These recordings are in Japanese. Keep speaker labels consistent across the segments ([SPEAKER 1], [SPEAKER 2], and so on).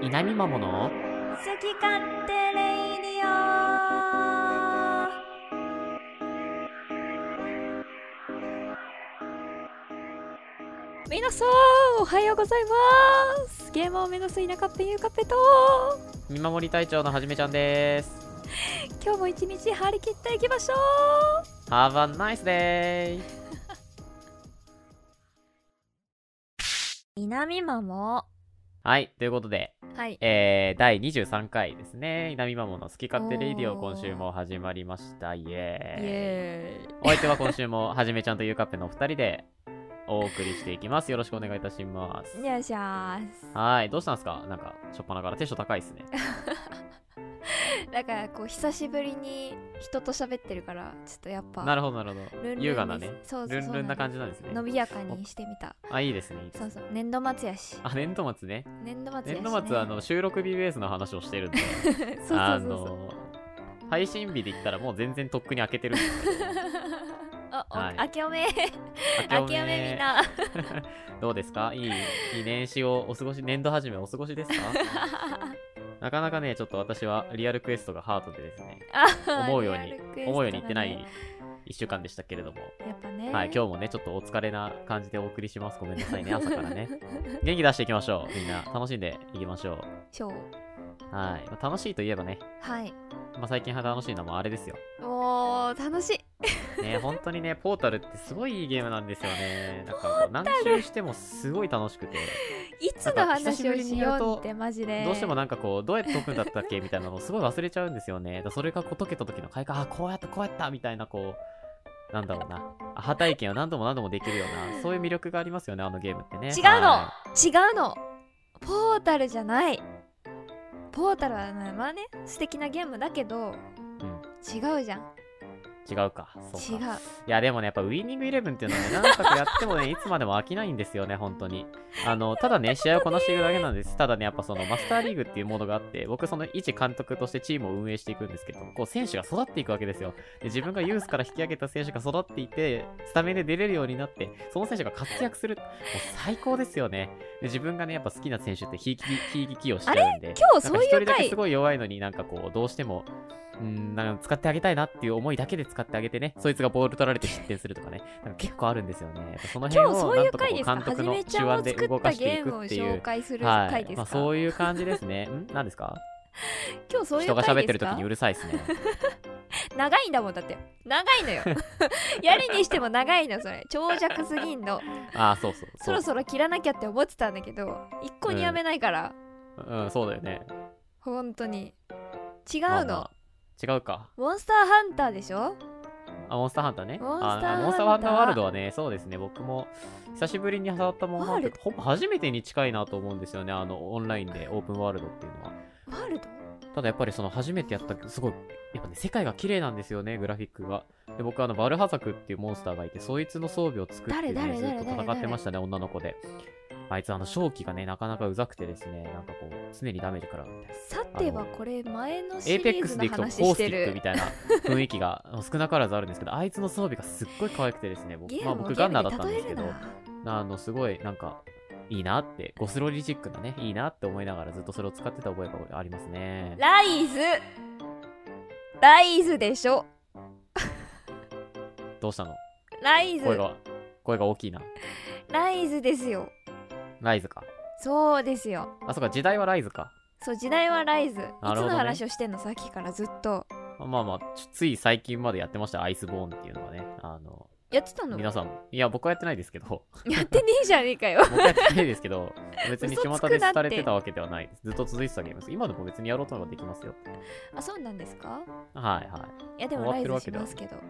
[SPEAKER 1] 稲見まもの
[SPEAKER 2] 好き勝手レイディオみなさんおはようございますゲーマーを目指す田舎っぺゆうかっぺと
[SPEAKER 1] 見守り隊長のはじめちゃんです
[SPEAKER 2] 今日も一日張り切っていきましょ
[SPEAKER 1] Have a nice day
[SPEAKER 2] う南マモ
[SPEAKER 1] はいということで、
[SPEAKER 2] はい
[SPEAKER 1] えー、第23回ですね稲見まもの好き勝手レイディオ今週も始まりましたイ
[SPEAKER 2] イ
[SPEAKER 1] エーイ
[SPEAKER 2] エーイ
[SPEAKER 1] お相手は今週もはじめちゃんとゆうかっぺのお二人でお送りしていきますよろしくお願いいたします
[SPEAKER 2] よいしょー
[SPEAKER 1] はいどうしたんですかなんかしょっぱなからテンション高いですね
[SPEAKER 2] だからこう久しぶりに人と喋ってるからちょっとやっぱ
[SPEAKER 1] なるほどなるほ
[SPEAKER 2] ルンルン
[SPEAKER 1] ど
[SPEAKER 2] に
[SPEAKER 1] 優雅なね
[SPEAKER 2] そうそう
[SPEAKER 1] ル
[SPEAKER 2] そ
[SPEAKER 1] ン
[SPEAKER 2] う
[SPEAKER 1] ルンな感じなんですね
[SPEAKER 2] 伸びやかにしてみた
[SPEAKER 1] あいいですねいいですね
[SPEAKER 2] そうそう年度末やし
[SPEAKER 1] あ年度末ね
[SPEAKER 2] 年度末やし、ね、
[SPEAKER 1] 年度末はあの収録日ベースの話をしてるんで
[SPEAKER 2] そうそう
[SPEAKER 1] あ
[SPEAKER 2] そうそう
[SPEAKER 1] の配信日で言ったらもう全然とっくに開 けてるんで
[SPEAKER 2] あ、 お
[SPEAKER 1] はい
[SPEAKER 2] 明けおめ明けおめみんな
[SPEAKER 1] どうですかいいいい年始をお過ごし年度始めお過ごし ですかなかなかねちょっと私はリアルクエストがハートでですね思うように
[SPEAKER 2] リアルクエストだね
[SPEAKER 1] 思うようにいってない1週間でしたけれども、
[SPEAKER 2] やっぱね、
[SPEAKER 1] はい、今日もねちょっとお疲れな感じでお送りしますごめんなさいね朝から ね元気出していきましょうみんな楽しんでいきましょ
[SPEAKER 2] 今
[SPEAKER 1] う
[SPEAKER 2] 日
[SPEAKER 1] はい、まあ楽しいといえばね、
[SPEAKER 2] はい
[SPEAKER 1] まあ、最近は楽しいのはもうあれですよ
[SPEAKER 2] もう楽しい
[SPEAKER 1] ね、本当にね、ポータルってすごいいいゲームなんですよね。なんかもう何周してもすごい楽しくて、
[SPEAKER 2] いつの話をしようってマジで
[SPEAKER 1] どうしてもなんかこう、どうやって解くんだったっけみたいなのをすごい忘れちゃうんですよね。だからそれがこう解けた時の快感、あ、こうやった、こうやったみたいなこう、なんだろうな、アハ体験を何度も何度もできるような、そういう魅力がありますよね、あのゲームってね。
[SPEAKER 2] 違うの
[SPEAKER 1] は
[SPEAKER 2] 違うのポータルじゃないポータルはねまあね素敵なゲームだけど
[SPEAKER 1] いうん
[SPEAKER 2] 違うじゃん
[SPEAKER 1] 違うか。そ
[SPEAKER 2] 違
[SPEAKER 1] うか。
[SPEAKER 2] う
[SPEAKER 1] いや、でもね、やっぱウィニングイレブンっていうのはね、何作やってもね、いつまでも飽きないんですよね、本当に。あの、ただね、試合をこなしていくだけなんです。ただね、やっぱそのマスターリーグっていうものがあって、僕その一監督としてチームを運営していくんですけど、こう選手が育っていくわけですよ。で、自分がユースから引き上げた選手が育っていて、スタメンで出れるようになって、その選手が活躍する。もう最高ですよね。で、自分がね、やっぱ好きな選手ってひいき、ひいき起用しちゃうんで。
[SPEAKER 2] 今日
[SPEAKER 1] なん
[SPEAKER 2] そ
[SPEAKER 1] か
[SPEAKER 2] う
[SPEAKER 1] 一
[SPEAKER 2] い
[SPEAKER 1] 人
[SPEAKER 2] う
[SPEAKER 1] だけ
[SPEAKER 2] 回
[SPEAKER 1] すごい弱いのになんかこうどうしてもうんなんか使ってあげたいなっていう思いだけで使ってあげてねそいつがボール取られて失点するとかねなんか結構あるんですよねやっぱその辺
[SPEAKER 2] 今日そ
[SPEAKER 1] を
[SPEAKER 2] う
[SPEAKER 1] ないん
[SPEAKER 2] う
[SPEAKER 1] とかこ
[SPEAKER 2] 回で
[SPEAKER 1] う
[SPEAKER 2] す
[SPEAKER 1] 監
[SPEAKER 2] かは
[SPEAKER 1] 督
[SPEAKER 2] じ
[SPEAKER 1] の手
[SPEAKER 2] めちゃん
[SPEAKER 1] 腕
[SPEAKER 2] を
[SPEAKER 1] で
[SPEAKER 2] 作
[SPEAKER 1] 動
[SPEAKER 2] っ
[SPEAKER 1] か
[SPEAKER 2] た
[SPEAKER 1] して
[SPEAKER 2] ゲ
[SPEAKER 1] い
[SPEAKER 2] ームを
[SPEAKER 1] くってい
[SPEAKER 2] 紹
[SPEAKER 1] う。
[SPEAKER 2] 介する
[SPEAKER 1] は
[SPEAKER 2] 回
[SPEAKER 1] い
[SPEAKER 2] ですか、
[SPEAKER 1] まあ、そういう感じですね。ん何ですか
[SPEAKER 2] 今日そうい
[SPEAKER 1] 人
[SPEAKER 2] う
[SPEAKER 1] が
[SPEAKER 2] 回
[SPEAKER 1] 喋っ
[SPEAKER 2] で
[SPEAKER 1] て
[SPEAKER 2] す
[SPEAKER 1] る
[SPEAKER 2] か
[SPEAKER 1] 時にうるさいですね。
[SPEAKER 2] 長いんだもんだって長 いのよやるにしても長いのそれ長尺すぎんの
[SPEAKER 1] ああ、そうそう。
[SPEAKER 2] そろそろ切らなきゃって思ってたんだけど一個にやめないから、
[SPEAKER 1] ろ。うん、そうだよね。
[SPEAKER 2] 本当に違うの、
[SPEAKER 1] まあまあ違うか。
[SPEAKER 2] モンスターハンターでしょ
[SPEAKER 1] あ、モンスターハンターね。
[SPEAKER 2] モンスターハンター
[SPEAKER 1] ああモンスターハンターワールドはね、そうですね、僕も久しぶりに触ったモンハンって
[SPEAKER 2] ワール
[SPEAKER 1] ほぼ初めてに近いなと思うんですよね、あの、オンラインでオープンワールドっていうのは。
[SPEAKER 2] ワールド
[SPEAKER 1] ただやっぱりその初めてやった、すごい、やっぱね、世界が綺麗なんですよね、グラフィックが。で、僕はあの、バルハザクっていうモンスターがいて、そいつの装備を作って、
[SPEAKER 2] 誰誰
[SPEAKER 1] ねずっと
[SPEAKER 2] 誰誰
[SPEAKER 1] 戦ってましたね、女の子で。あいつあの、正気がね、なかなかうざくてですね、なんかこう、常にダメージから
[SPEAKER 2] さてはこれ前の
[SPEAKER 1] エ
[SPEAKER 2] シ
[SPEAKER 1] ーペッ
[SPEAKER 2] リー
[SPEAKER 1] ク
[SPEAKER 2] ズ
[SPEAKER 1] ス
[SPEAKER 2] の
[SPEAKER 1] でいくとコ
[SPEAKER 2] 話
[SPEAKER 1] ー
[SPEAKER 2] し
[SPEAKER 1] ステ
[SPEAKER 2] て
[SPEAKER 1] ィック
[SPEAKER 2] る
[SPEAKER 1] みたいな雰囲気が 少なからずあるんですけどあいつの装備がすっごい可愛くてですね僕,、
[SPEAKER 2] ゲー
[SPEAKER 1] まあ、
[SPEAKER 2] ムを
[SPEAKER 1] 僕
[SPEAKER 2] ゲ
[SPEAKER 1] ガ
[SPEAKER 2] ー
[SPEAKER 1] ンナーだ
[SPEAKER 2] ム
[SPEAKER 1] ったん
[SPEAKER 2] で
[SPEAKER 1] で
[SPEAKER 2] 例
[SPEAKER 1] す
[SPEAKER 2] え
[SPEAKER 1] け
[SPEAKER 2] る
[SPEAKER 1] ど
[SPEAKER 2] な
[SPEAKER 1] あのすごいなんかいいなってゴスロリチックなねいいなって思いながらずっとそれを使ってた覚えがありますね
[SPEAKER 2] ライズライズでしょ
[SPEAKER 1] どうしたの
[SPEAKER 2] ライズ
[SPEAKER 1] 声が声が大きいな
[SPEAKER 2] ライズですよ
[SPEAKER 1] ライズか
[SPEAKER 2] そうですよ
[SPEAKER 1] あそうか時代はライズか
[SPEAKER 2] そう時代はライズ、いつ
[SPEAKER 1] ほどね
[SPEAKER 2] の話をしてんのさっきからずっと
[SPEAKER 1] まあまあちつい最近までやってましたアイスボーンっていうのはねあの
[SPEAKER 2] やってたの
[SPEAKER 1] 皆さんいや僕はやってないですけど
[SPEAKER 2] やってねえじゃねえかよ
[SPEAKER 1] 僕はやってないですけ ど別に
[SPEAKER 2] 嘘つ
[SPEAKER 1] 巷
[SPEAKER 2] くなって
[SPEAKER 1] で廃れてたわけではないですずっと続いてたゲームです今でも別にやろうと思えばできますよ
[SPEAKER 2] あそうなんですか
[SPEAKER 1] はいはい
[SPEAKER 2] やでもライズしますけど
[SPEAKER 1] い。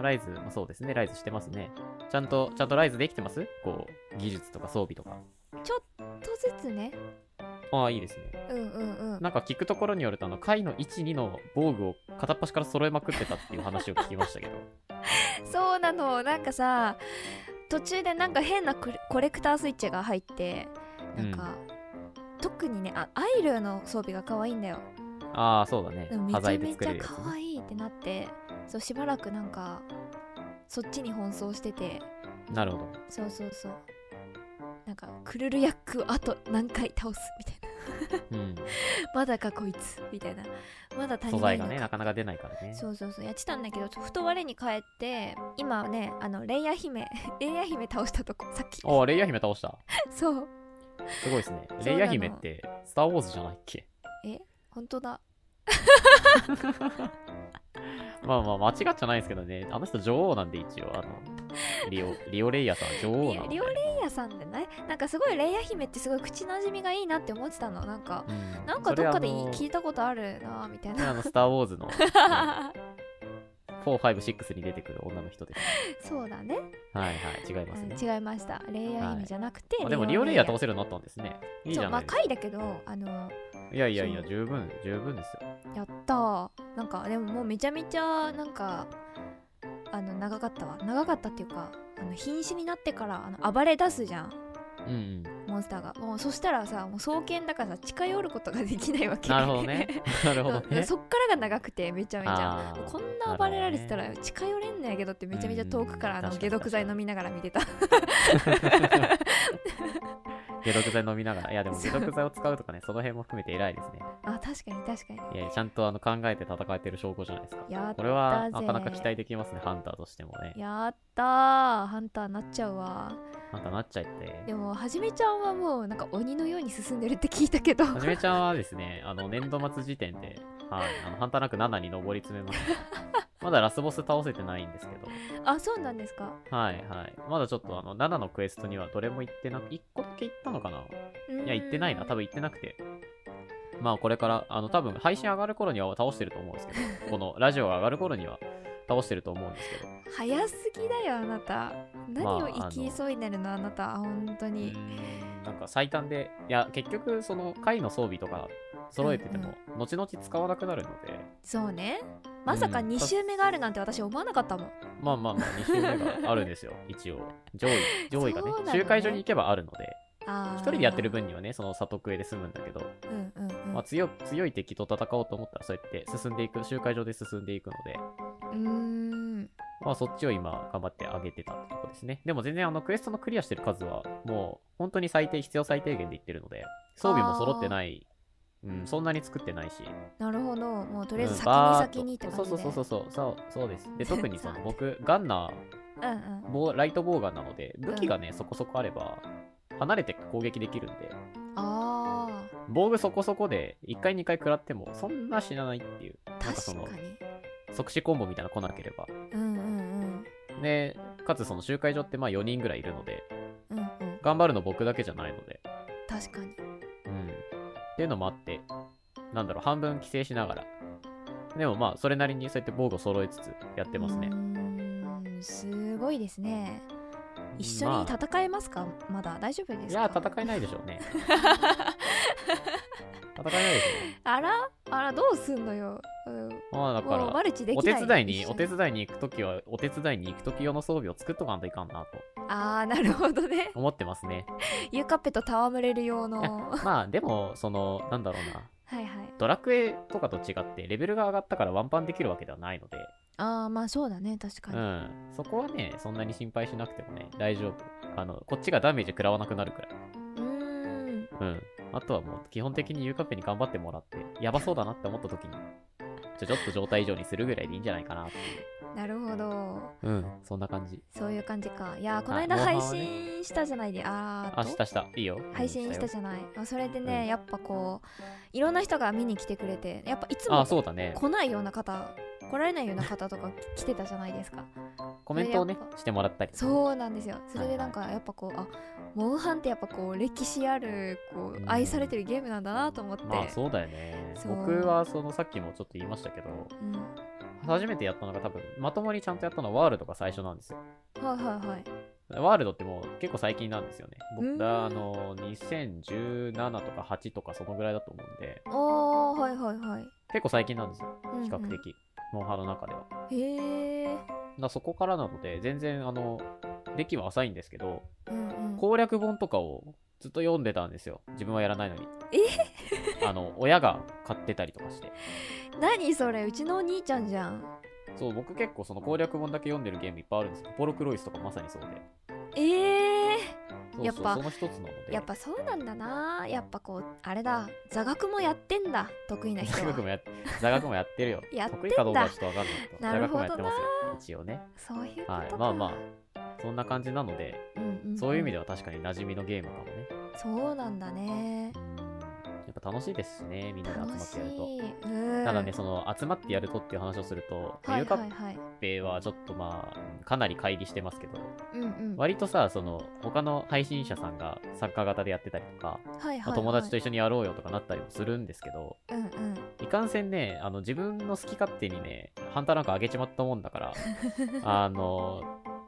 [SPEAKER 1] ライズ、まあそうですね、ライズしてますね。ちゃんと、ちゃんとライズできてますこう、技術とか装備とか。
[SPEAKER 2] ちょっとずつね
[SPEAKER 1] ああ、いいですね。
[SPEAKER 2] うんうんうん
[SPEAKER 1] なんか聞くところによると、あの、回の1、2の防具を片っ端から揃えまくってたっていう話を聞きましたけど。
[SPEAKER 2] そうなのなんかさ途中でなんか変なコレコレクタースイッチが入ってなんか、特にねあアイルの装備が可愛いんだよ
[SPEAKER 1] ああ、そうだね
[SPEAKER 2] でも。め
[SPEAKER 1] 端
[SPEAKER 2] ちゃ
[SPEAKER 1] 材で
[SPEAKER 2] め
[SPEAKER 1] 作
[SPEAKER 2] ちゃ
[SPEAKER 1] れるやつ、
[SPEAKER 2] 可
[SPEAKER 1] ね。
[SPEAKER 2] 愛いってなってそうしばらくなんかそっちに奔走してて
[SPEAKER 1] なるほど。
[SPEAKER 2] そうそうそうなんかクルルヤックをあと何回倒すみたいな
[SPEAKER 1] うん、
[SPEAKER 2] まだかこいつみたいなまだ足
[SPEAKER 1] 素
[SPEAKER 2] りな
[SPEAKER 1] 材
[SPEAKER 2] いの
[SPEAKER 1] が
[SPEAKER 2] か
[SPEAKER 1] ね、なかなか出ないからね。
[SPEAKER 2] そうそうそうやってたんだけどふと我に返って今ねあのレイヤー姫 レイヤー姫倒したとこさっき
[SPEAKER 1] ああ、レイヤー姫倒した。
[SPEAKER 2] そう
[SPEAKER 1] すごいですね。
[SPEAKER 2] の
[SPEAKER 1] レイヤー姫って、スター・ウォーズじゃないっけ
[SPEAKER 2] 本当だ
[SPEAKER 1] まあまあ、間違っちゃないですけどね。あの人女王なんで一応、あの、リ オ、リオレイヤーさんは女王
[SPEAKER 2] リ
[SPEAKER 1] なので。
[SPEAKER 2] リオレイヤーさんでねなんかすごいレイヤー姫ってすごい口なじみがいいなって思ってたのなんか
[SPEAKER 1] うん
[SPEAKER 2] なんかどっかでい
[SPEAKER 1] それあの
[SPEAKER 2] 聞いたことあるなみたい
[SPEAKER 1] これ
[SPEAKER 2] な
[SPEAKER 1] あの、スター・ウォーズの、4、5、6に出てくる女の人です。
[SPEAKER 2] そうだね、
[SPEAKER 1] はいはい、違いますね。
[SPEAKER 2] うん違いましたレイヤー姫じゃなくて、
[SPEAKER 1] まあ、でも、リオレイヤー倒せ
[SPEAKER 2] せ
[SPEAKER 1] るようになったんですね。いいじ
[SPEAKER 2] そう
[SPEAKER 1] ゃ
[SPEAKER 2] ま
[SPEAKER 1] な
[SPEAKER 2] あ
[SPEAKER 1] いですか。
[SPEAKER 2] 回だけどあの
[SPEAKER 1] いやいやいや、
[SPEAKER 2] そう
[SPEAKER 1] 十分、十分ですよ。
[SPEAKER 2] やったーなんかでももうめちゃめちゃなんかあの長かったわ長かったっていうかあの瀕死になってからあの暴れ出すじゃん
[SPEAKER 1] うん うん。
[SPEAKER 2] モンスターがもうそしたらさもう双剣だからさ近寄ることができないわけ。
[SPEAKER 1] なるほどね なるほど
[SPEAKER 2] そう
[SPEAKER 1] ね。
[SPEAKER 2] そっからが長くてめちゃめちゃ
[SPEAKER 1] あー
[SPEAKER 2] こんな暴れられてた
[SPEAKER 1] な
[SPEAKER 2] ら
[SPEAKER 1] る
[SPEAKER 2] 近寄れんねやけどってめちゃめちゃ遠くからあ
[SPEAKER 1] うん
[SPEAKER 2] の
[SPEAKER 1] 確か
[SPEAKER 2] 解
[SPEAKER 1] に
[SPEAKER 2] 毒剤飲みながら見てた
[SPEAKER 1] 解毒剤飲みながら。いや、でも解毒剤を使うとかね、その辺も含めて偉いですね。
[SPEAKER 2] あ確かに確かに
[SPEAKER 1] いやちゃんとあの考えて戦えてる証拠じゃないですか。
[SPEAKER 2] やっ
[SPEAKER 1] これは
[SPEAKER 2] だ
[SPEAKER 1] な
[SPEAKER 2] ぜ
[SPEAKER 1] かなか期待できますね、ハンターとしてもね。
[SPEAKER 2] やったーハンターなっちゃうわ
[SPEAKER 1] ハンターなっちゃって。
[SPEAKER 2] でもはじめちゃんはもうなんか鬼のように進んでるって聞いたけど
[SPEAKER 1] はじめちゃんはですね、 あの年度末時点で、はい、あのハンターなく7に上り詰めました。 まだラスボス倒せてないんですけど、
[SPEAKER 2] あそうなんですか
[SPEAKER 1] はいはい。まだちょっとあの7のクエストにはどれも行ってなく、1個だけ行ったのかな
[SPEAKER 2] う
[SPEAKER 1] いや、行ってないな、多分行ってなくて。まあ、これから、あの、多分配信上がる頃には倒してると思うんですけど、このラジオが上がる頃には倒してると思うんですけど。
[SPEAKER 2] 早すぎだよあなた何を
[SPEAKER 1] まあ
[SPEAKER 2] 生き急いでるのあなた本当
[SPEAKER 1] う
[SPEAKER 2] に
[SPEAKER 1] ーんなんか最短で、いや、結局、その、回の装備とか揃えてても、後々使わなくなるので、
[SPEAKER 2] そうねまさか
[SPEAKER 1] うん
[SPEAKER 2] 2周目があるなんて私思わなかったもん
[SPEAKER 1] まあまあまあ、2周目があるんです よ、一応。上位、上位がね
[SPEAKER 2] そうな、のね
[SPEAKER 1] 集会所に行けばあるので、
[SPEAKER 2] あ
[SPEAKER 1] 一人でやってる分にはね、その里クエで済むんだけど、
[SPEAKER 2] ーうんうんうん、
[SPEAKER 1] まあ、強強い敵と戦おうと思ったら、そうやって進んでいく、集会所で進んでいくので、
[SPEAKER 2] うーん
[SPEAKER 1] まあそっちを今頑張って上げてたってとこですね。でも全然あのクエストのクリアしてる数はもう本当に最低必要最低限でいってるので装備も揃ってない、うん、そんなに作ってないし、
[SPEAKER 2] なるほどもうとりあえず
[SPEAKER 1] うん
[SPEAKER 2] 先に
[SPEAKER 1] バーッと
[SPEAKER 2] 先にって感じで、
[SPEAKER 1] そうそうそうそうそうそうです。 で特にそ
[SPEAKER 2] さ
[SPEAKER 1] の
[SPEAKER 2] て
[SPEAKER 1] 僕ガンナ
[SPEAKER 2] うんうん
[SPEAKER 1] ーボーライトボーガンなので武器がね、そこそこあれば離れて攻撃できるんで
[SPEAKER 2] あ
[SPEAKER 1] 防具そこそこで1回2回食らってもそんな死なないっていう
[SPEAKER 2] ー
[SPEAKER 1] なんかその
[SPEAKER 2] 確かに
[SPEAKER 1] 即死コンボみたいなの来なければ
[SPEAKER 2] うんうん
[SPEAKER 1] でかつその集会所ってまあ4人ぐらいいるので
[SPEAKER 2] うんうんうん
[SPEAKER 1] 頑張るの僕だけじゃないので
[SPEAKER 2] 確かに
[SPEAKER 1] うん。っていうのもあって、なんだろう、半分規制しながら。でもまあ、それなりにそうやって防具を揃えつつやってますね
[SPEAKER 2] う。ーんすごいですね一緒
[SPEAKER 1] ま
[SPEAKER 2] に
[SPEAKER 1] あ
[SPEAKER 2] 戦えますか、まだ大丈夫で
[SPEAKER 1] い
[SPEAKER 2] すか
[SPEAKER 1] や、戦えないでしょう ね。戦えないでしょうね。
[SPEAKER 2] あらあらどうすんのよ、うん、
[SPEAKER 1] まあ、だか
[SPEAKER 2] もうマ
[SPEAKER 1] ら、
[SPEAKER 2] ルチでき
[SPEAKER 1] お手
[SPEAKER 2] ない
[SPEAKER 1] 伝いに、お手
[SPEAKER 2] 伝い
[SPEAKER 1] 伝いに行くときは、お手伝いに行くとき用の装備を作っとかんといかんなと
[SPEAKER 2] ああなるほど ね
[SPEAKER 1] 思ってますね。
[SPEAKER 2] ゆかっぺと戯れる用の
[SPEAKER 1] いや
[SPEAKER 2] は
[SPEAKER 1] まあ、でも、その、なんだろうな。
[SPEAKER 2] いはい
[SPEAKER 1] ドラクエとかと違って、レベルが上がったからワンパンできるわけではないので、
[SPEAKER 2] ああまあそうだね確か
[SPEAKER 1] う
[SPEAKER 2] に、
[SPEAKER 1] ん。そこはね、そんなに心配しなくてもね、大丈夫。あの、こっちがダメージ食らわなくなるくらい。
[SPEAKER 2] うーん
[SPEAKER 1] うん。あとはもう基本的にゆうかっぺに頑張ってもらって、やばそうだなって思った時に、ちょちょっと状態以上にするぐらいでいいんじゃないかなってい
[SPEAKER 2] なるほど
[SPEAKER 1] う。うん。そんな感じ。
[SPEAKER 2] そういう感じかいやーこの
[SPEAKER 1] はい
[SPEAKER 2] 間
[SPEAKER 1] モンハン
[SPEAKER 2] 配
[SPEAKER 1] はね
[SPEAKER 2] 信したじゃないであー
[SPEAKER 1] あ、
[SPEAKER 2] っと
[SPEAKER 1] したした。いいよ。うん
[SPEAKER 2] 配信した
[SPEAKER 1] よ
[SPEAKER 2] じゃないあそれでね、
[SPEAKER 1] うん
[SPEAKER 2] やっぱこういろんな人が見に来てくれてやっぱいつ
[SPEAKER 1] あ
[SPEAKER 2] も
[SPEAKER 1] そうだね。
[SPEAKER 2] 来ないような方来られないような方とか来てたじゃないですか
[SPEAKER 1] コメントをね
[SPEAKER 2] やっ、ぱ
[SPEAKER 1] してもらったり。
[SPEAKER 2] そうなんですよそれでなんかやっぱこうあモンハンってやっぱこう歴史あるこう
[SPEAKER 1] うん
[SPEAKER 2] 愛されてるゲームなんだなと思って、
[SPEAKER 1] まあそうだよね。
[SPEAKER 2] そう
[SPEAKER 1] 僕はそのさっきもちょっと言いましたけど、
[SPEAKER 2] うん、は
[SPEAKER 1] 初めてやったのが多分、まともにちゃんとやったのはワールドが最初なんですよ。
[SPEAKER 2] いはいはい
[SPEAKER 1] ワールドってもう結構最近なんですよね。
[SPEAKER 2] う
[SPEAKER 1] 僕
[SPEAKER 2] ん
[SPEAKER 1] があの、2017とか8とかそのぐらいだと思うんで、
[SPEAKER 2] おーはいはいはい
[SPEAKER 1] 結構最近なんですよ。
[SPEAKER 2] うんうん
[SPEAKER 1] 比較的。モンハンの中では。
[SPEAKER 2] へえ
[SPEAKER 1] だからそこからなので全然あの出来は浅いんですけど
[SPEAKER 2] うんうん
[SPEAKER 1] 攻略本とかをずっと読んでたんですよ自分はやらないのに
[SPEAKER 2] え
[SPEAKER 1] あの親が買ってたりとかして
[SPEAKER 2] 何それうちのお兄ちゃんじゃん
[SPEAKER 1] そう僕結構その攻略本だけ読んでるゲームいっぱいあるんですよポロクロイスとかまさにそうで
[SPEAKER 2] ええ
[SPEAKER 1] そう
[SPEAKER 2] やっぱ
[SPEAKER 1] そうその一つなので
[SPEAKER 2] やっぱそうなんだなやっぱこうあれだ座学もやってんだ得意な人
[SPEAKER 1] 座学も
[SPEAKER 2] は
[SPEAKER 1] やっ座学もやってるよ
[SPEAKER 2] やってんだ
[SPEAKER 1] 得意かどうかはちょっとわかんないけど
[SPEAKER 2] なるほどな
[SPEAKER 1] 座学もやってますよ一応ね
[SPEAKER 2] そういうこ
[SPEAKER 1] はい
[SPEAKER 2] とか、
[SPEAKER 1] まあまあそんな感じなので
[SPEAKER 2] うんんん
[SPEAKER 1] そういう意味では確かに馴染みのゲームかもね
[SPEAKER 2] そうなんだね
[SPEAKER 1] やっぱ楽しいですしねみんなで集ま
[SPEAKER 2] 楽
[SPEAKER 1] っ
[SPEAKER 2] して
[SPEAKER 1] やると
[SPEAKER 2] いうん
[SPEAKER 1] ただねその集まってやるとっていう話をすると
[SPEAKER 2] はい
[SPEAKER 1] ゆか
[SPEAKER 2] は
[SPEAKER 1] っ
[SPEAKER 2] いはい
[SPEAKER 1] ぺはちょっとまあかなり乖離してますけど
[SPEAKER 2] うんうん
[SPEAKER 1] 割とさその他の配信者さんが参加型でやってたりとか
[SPEAKER 2] はい
[SPEAKER 1] ま
[SPEAKER 2] は
[SPEAKER 1] あ
[SPEAKER 2] い
[SPEAKER 1] 友達と
[SPEAKER 2] はい
[SPEAKER 1] 一緒にやろうよとかなったりもするんですけど
[SPEAKER 2] うんうん
[SPEAKER 1] いかんせんね、あの自分の好き勝手にね、ハンターなんか上げちまったもんだ から、あの、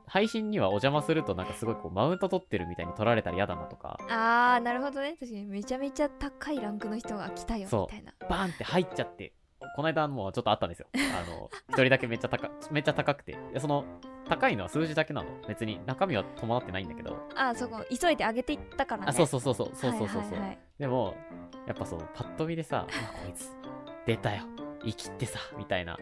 [SPEAKER 1] 配信にはお邪魔するとなんかすごいこうマウント取ってるみたいに取られたら嫌だなとか、
[SPEAKER 2] あーなるほどね確かにめちゃめちゃ高いランクの人が来たよ
[SPEAKER 1] そう
[SPEAKER 2] みたいな
[SPEAKER 1] バーンって入っちゃって、この間もうちょっとあったんですよ。あの、一人だけめっちゃ高、めっちゃ高くて、でその、高いのは数字だけなの。別に中身は伴ってないんだけど、
[SPEAKER 2] あーそこ急いで上げていったからね
[SPEAKER 1] あ、そうそうそうそう、そうそうそうそう。
[SPEAKER 2] はいはいはい
[SPEAKER 1] でも、やっぱそう、パッと見で さ、あこいつ、出たよ、生きってさ、みたい な、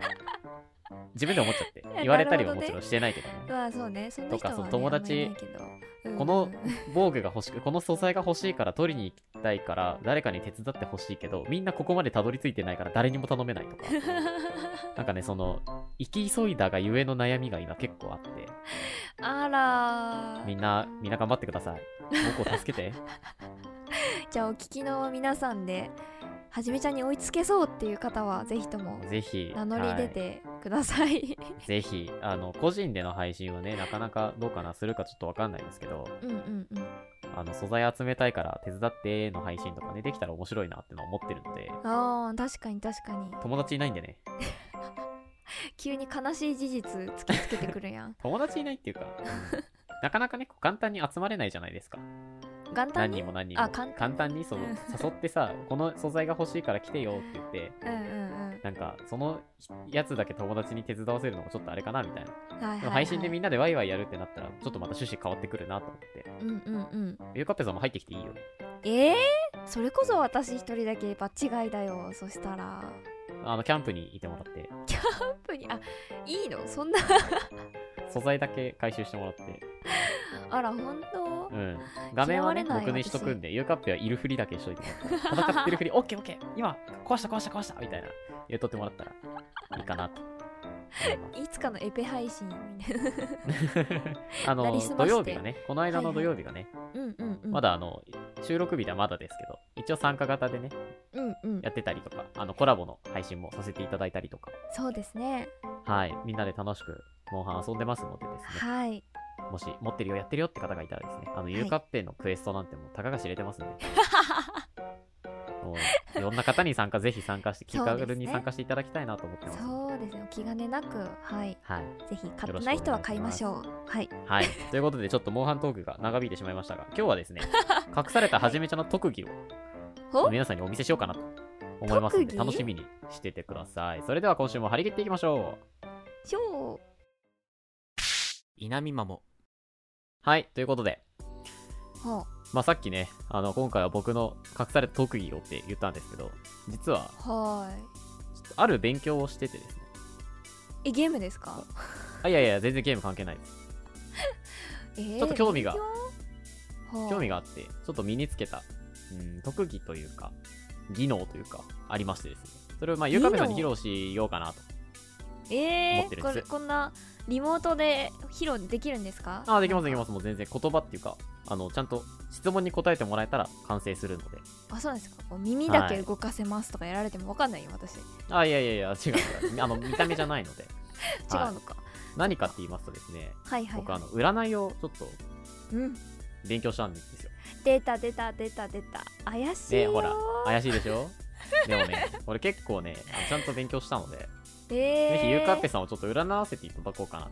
[SPEAKER 1] 自分で思っちゃって、
[SPEAKER 2] や
[SPEAKER 1] 言われたり
[SPEAKER 2] な
[SPEAKER 1] は
[SPEAKER 2] る
[SPEAKER 1] も
[SPEAKER 2] ほどね
[SPEAKER 1] ちろんしてないけどね。
[SPEAKER 2] まあ そうねその人
[SPEAKER 1] とか
[SPEAKER 2] は、ね、
[SPEAKER 1] そう友達
[SPEAKER 2] あんまりいないけど
[SPEAKER 1] この防具が欲しく、この素材が欲しいから取りに行きたいから、誰かに手伝ってほしいけど、みんなここまでたどり着いてないから誰にも頼めないとか、なんかね、その、生き急いだがゆえの悩みが今結構あって、
[SPEAKER 2] あらー
[SPEAKER 1] みんな、みんな頑張ってください。僕を助け て。
[SPEAKER 2] じゃあお聞きの皆さんではじめちゃんに追いつけそうっていう方はぜひとも
[SPEAKER 1] ぜひ。
[SPEAKER 2] 名乗り
[SPEAKER 1] は
[SPEAKER 2] 出
[SPEAKER 1] い
[SPEAKER 2] てください、
[SPEAKER 1] ぜひ、あの、個人での配信はね、なかなかどうかな、するかちょっとわかんないですけど、
[SPEAKER 2] うんうんうん
[SPEAKER 1] あの、素材集めたいから手伝っての配信とかね、できたら面白いなってのは思ってるので、
[SPEAKER 2] あー確かに確かに
[SPEAKER 1] 友達いないんでね、
[SPEAKER 2] 急に悲しい事実突きつけてくるやん
[SPEAKER 1] 友達いない っていうか、なかなかね、こう簡単に集まれないじゃないですか。
[SPEAKER 2] 元
[SPEAKER 1] 何
[SPEAKER 2] 旦に
[SPEAKER 1] 人も何人も。
[SPEAKER 2] あ簡単に
[SPEAKER 1] に、その
[SPEAKER 2] うん、
[SPEAKER 1] 誘ってさ、この素材が欲しいから来てよって言って、
[SPEAKER 2] うんうんうん
[SPEAKER 1] なんか、そのやつだけ友達に手伝わせるのもちょっとあれかな、みたいな。
[SPEAKER 2] はいはい、
[SPEAKER 1] でも
[SPEAKER 2] はい、
[SPEAKER 1] 配信でみんなでワイワイやるってなったら、ちょっとまた趣旨変わってくるなと思って。
[SPEAKER 2] うんうんうん
[SPEAKER 1] ゆうかっぺさんも入ってきていいよ。
[SPEAKER 2] えー、それこそ私一人だけ場違いだよそしたら
[SPEAKER 1] あの、キャンプにいてもらって。
[SPEAKER 2] アップにあいいのそんな
[SPEAKER 1] 素材だけ回収してもらって、
[SPEAKER 2] あら本当
[SPEAKER 1] うん、画面はね
[SPEAKER 2] 嫌われない
[SPEAKER 1] 僕にしとくんでユーカップはいるふりだけしといてもらっ たら戦ってるふりオッケーオッケー今壊した壊した壊したみたいな言っとってもらったらいいかなと思いま
[SPEAKER 2] いつかのエペ配信みたいな
[SPEAKER 1] すあ
[SPEAKER 2] な
[SPEAKER 1] の
[SPEAKER 2] りすまして
[SPEAKER 1] 土曜日がねこの間の土曜日がね、
[SPEAKER 2] うんうんうん
[SPEAKER 1] まだあの収録日ではまだですけど一応参加型でね
[SPEAKER 2] うんうん
[SPEAKER 1] やってたりとかあのコラボの配信もさせていただいたりとか
[SPEAKER 2] そうですね
[SPEAKER 1] はいみんなで楽しくモンハン遊んでますのでですね
[SPEAKER 2] はい
[SPEAKER 1] もし持ってるよやってるよって方がいたらですねあのユーカッペのクエストなんてもうたかが知れてますんでもういろんな方に参加、ぜひ参加して、気
[SPEAKER 2] そうですね
[SPEAKER 1] 軽に参加していただきたいなと思ってます。
[SPEAKER 2] そうですねお気兼ねなくはい
[SPEAKER 1] はい。
[SPEAKER 2] ぜひ買ってない人は買いましょうはい
[SPEAKER 1] はい。ということで、ちょっとモンハントークが長引いてしまいましたが、今日はですね、隠されたはじめちゃんの特技を
[SPEAKER 2] ほ
[SPEAKER 1] 皆さんにお見せしようかなと思いますので、
[SPEAKER 2] 特技
[SPEAKER 1] 楽しみにしててください。それでは今週も張り切っていきましょう。
[SPEAKER 2] しょう
[SPEAKER 3] 稲見マモ
[SPEAKER 1] はい。ということで、
[SPEAKER 2] ほう
[SPEAKER 1] まあさっきね、あの、今回は僕の隠された特技をって言ったんですけど、実は、
[SPEAKER 2] は
[SPEAKER 1] ある勉強をしててですね。
[SPEAKER 2] ーいえゲームですか
[SPEAKER 1] あ、いやいや、全然ゲーム関係ないです。
[SPEAKER 2] えー
[SPEAKER 1] ちょっと興味が
[SPEAKER 2] 勉強はあ
[SPEAKER 1] 興味があって、ちょっと身につけた、うん、特技というか、技能というか、ありましてですね。それを、まあ、ゆうかぺさんに披露しようかなと。
[SPEAKER 2] え
[SPEAKER 1] 持ってるんで
[SPEAKER 2] ー、こ
[SPEAKER 1] す
[SPEAKER 2] れこんなリモートで披露できるんですか
[SPEAKER 1] ああ、できます、できますす。もう全然言葉っていうか、あの、ちゃんと質問に答えてもらえたら完成するので。
[SPEAKER 2] あそうなんですかこう耳だけ動かせますとかやられてもわかんないよ私違
[SPEAKER 1] ああ、いやいやいや、違う違う。あの、見た目じゃない ので。はいう
[SPEAKER 2] のか
[SPEAKER 1] 何かって言いますとですね、
[SPEAKER 2] はいはい
[SPEAKER 1] 僕、
[SPEAKER 2] は
[SPEAKER 1] あ
[SPEAKER 2] い
[SPEAKER 1] の、占いをちょっと
[SPEAKER 2] うん
[SPEAKER 1] 勉強したんですよ。
[SPEAKER 2] 出た出た出た出た怪しい
[SPEAKER 1] で、
[SPEAKER 2] よ
[SPEAKER 1] ほら、怪しいでしょでもね、俺結構ね、あのちゃんと勉強したので、
[SPEAKER 2] えー、
[SPEAKER 1] ぜひゆうかっぺさんをちょっと占わせていただこうかなと。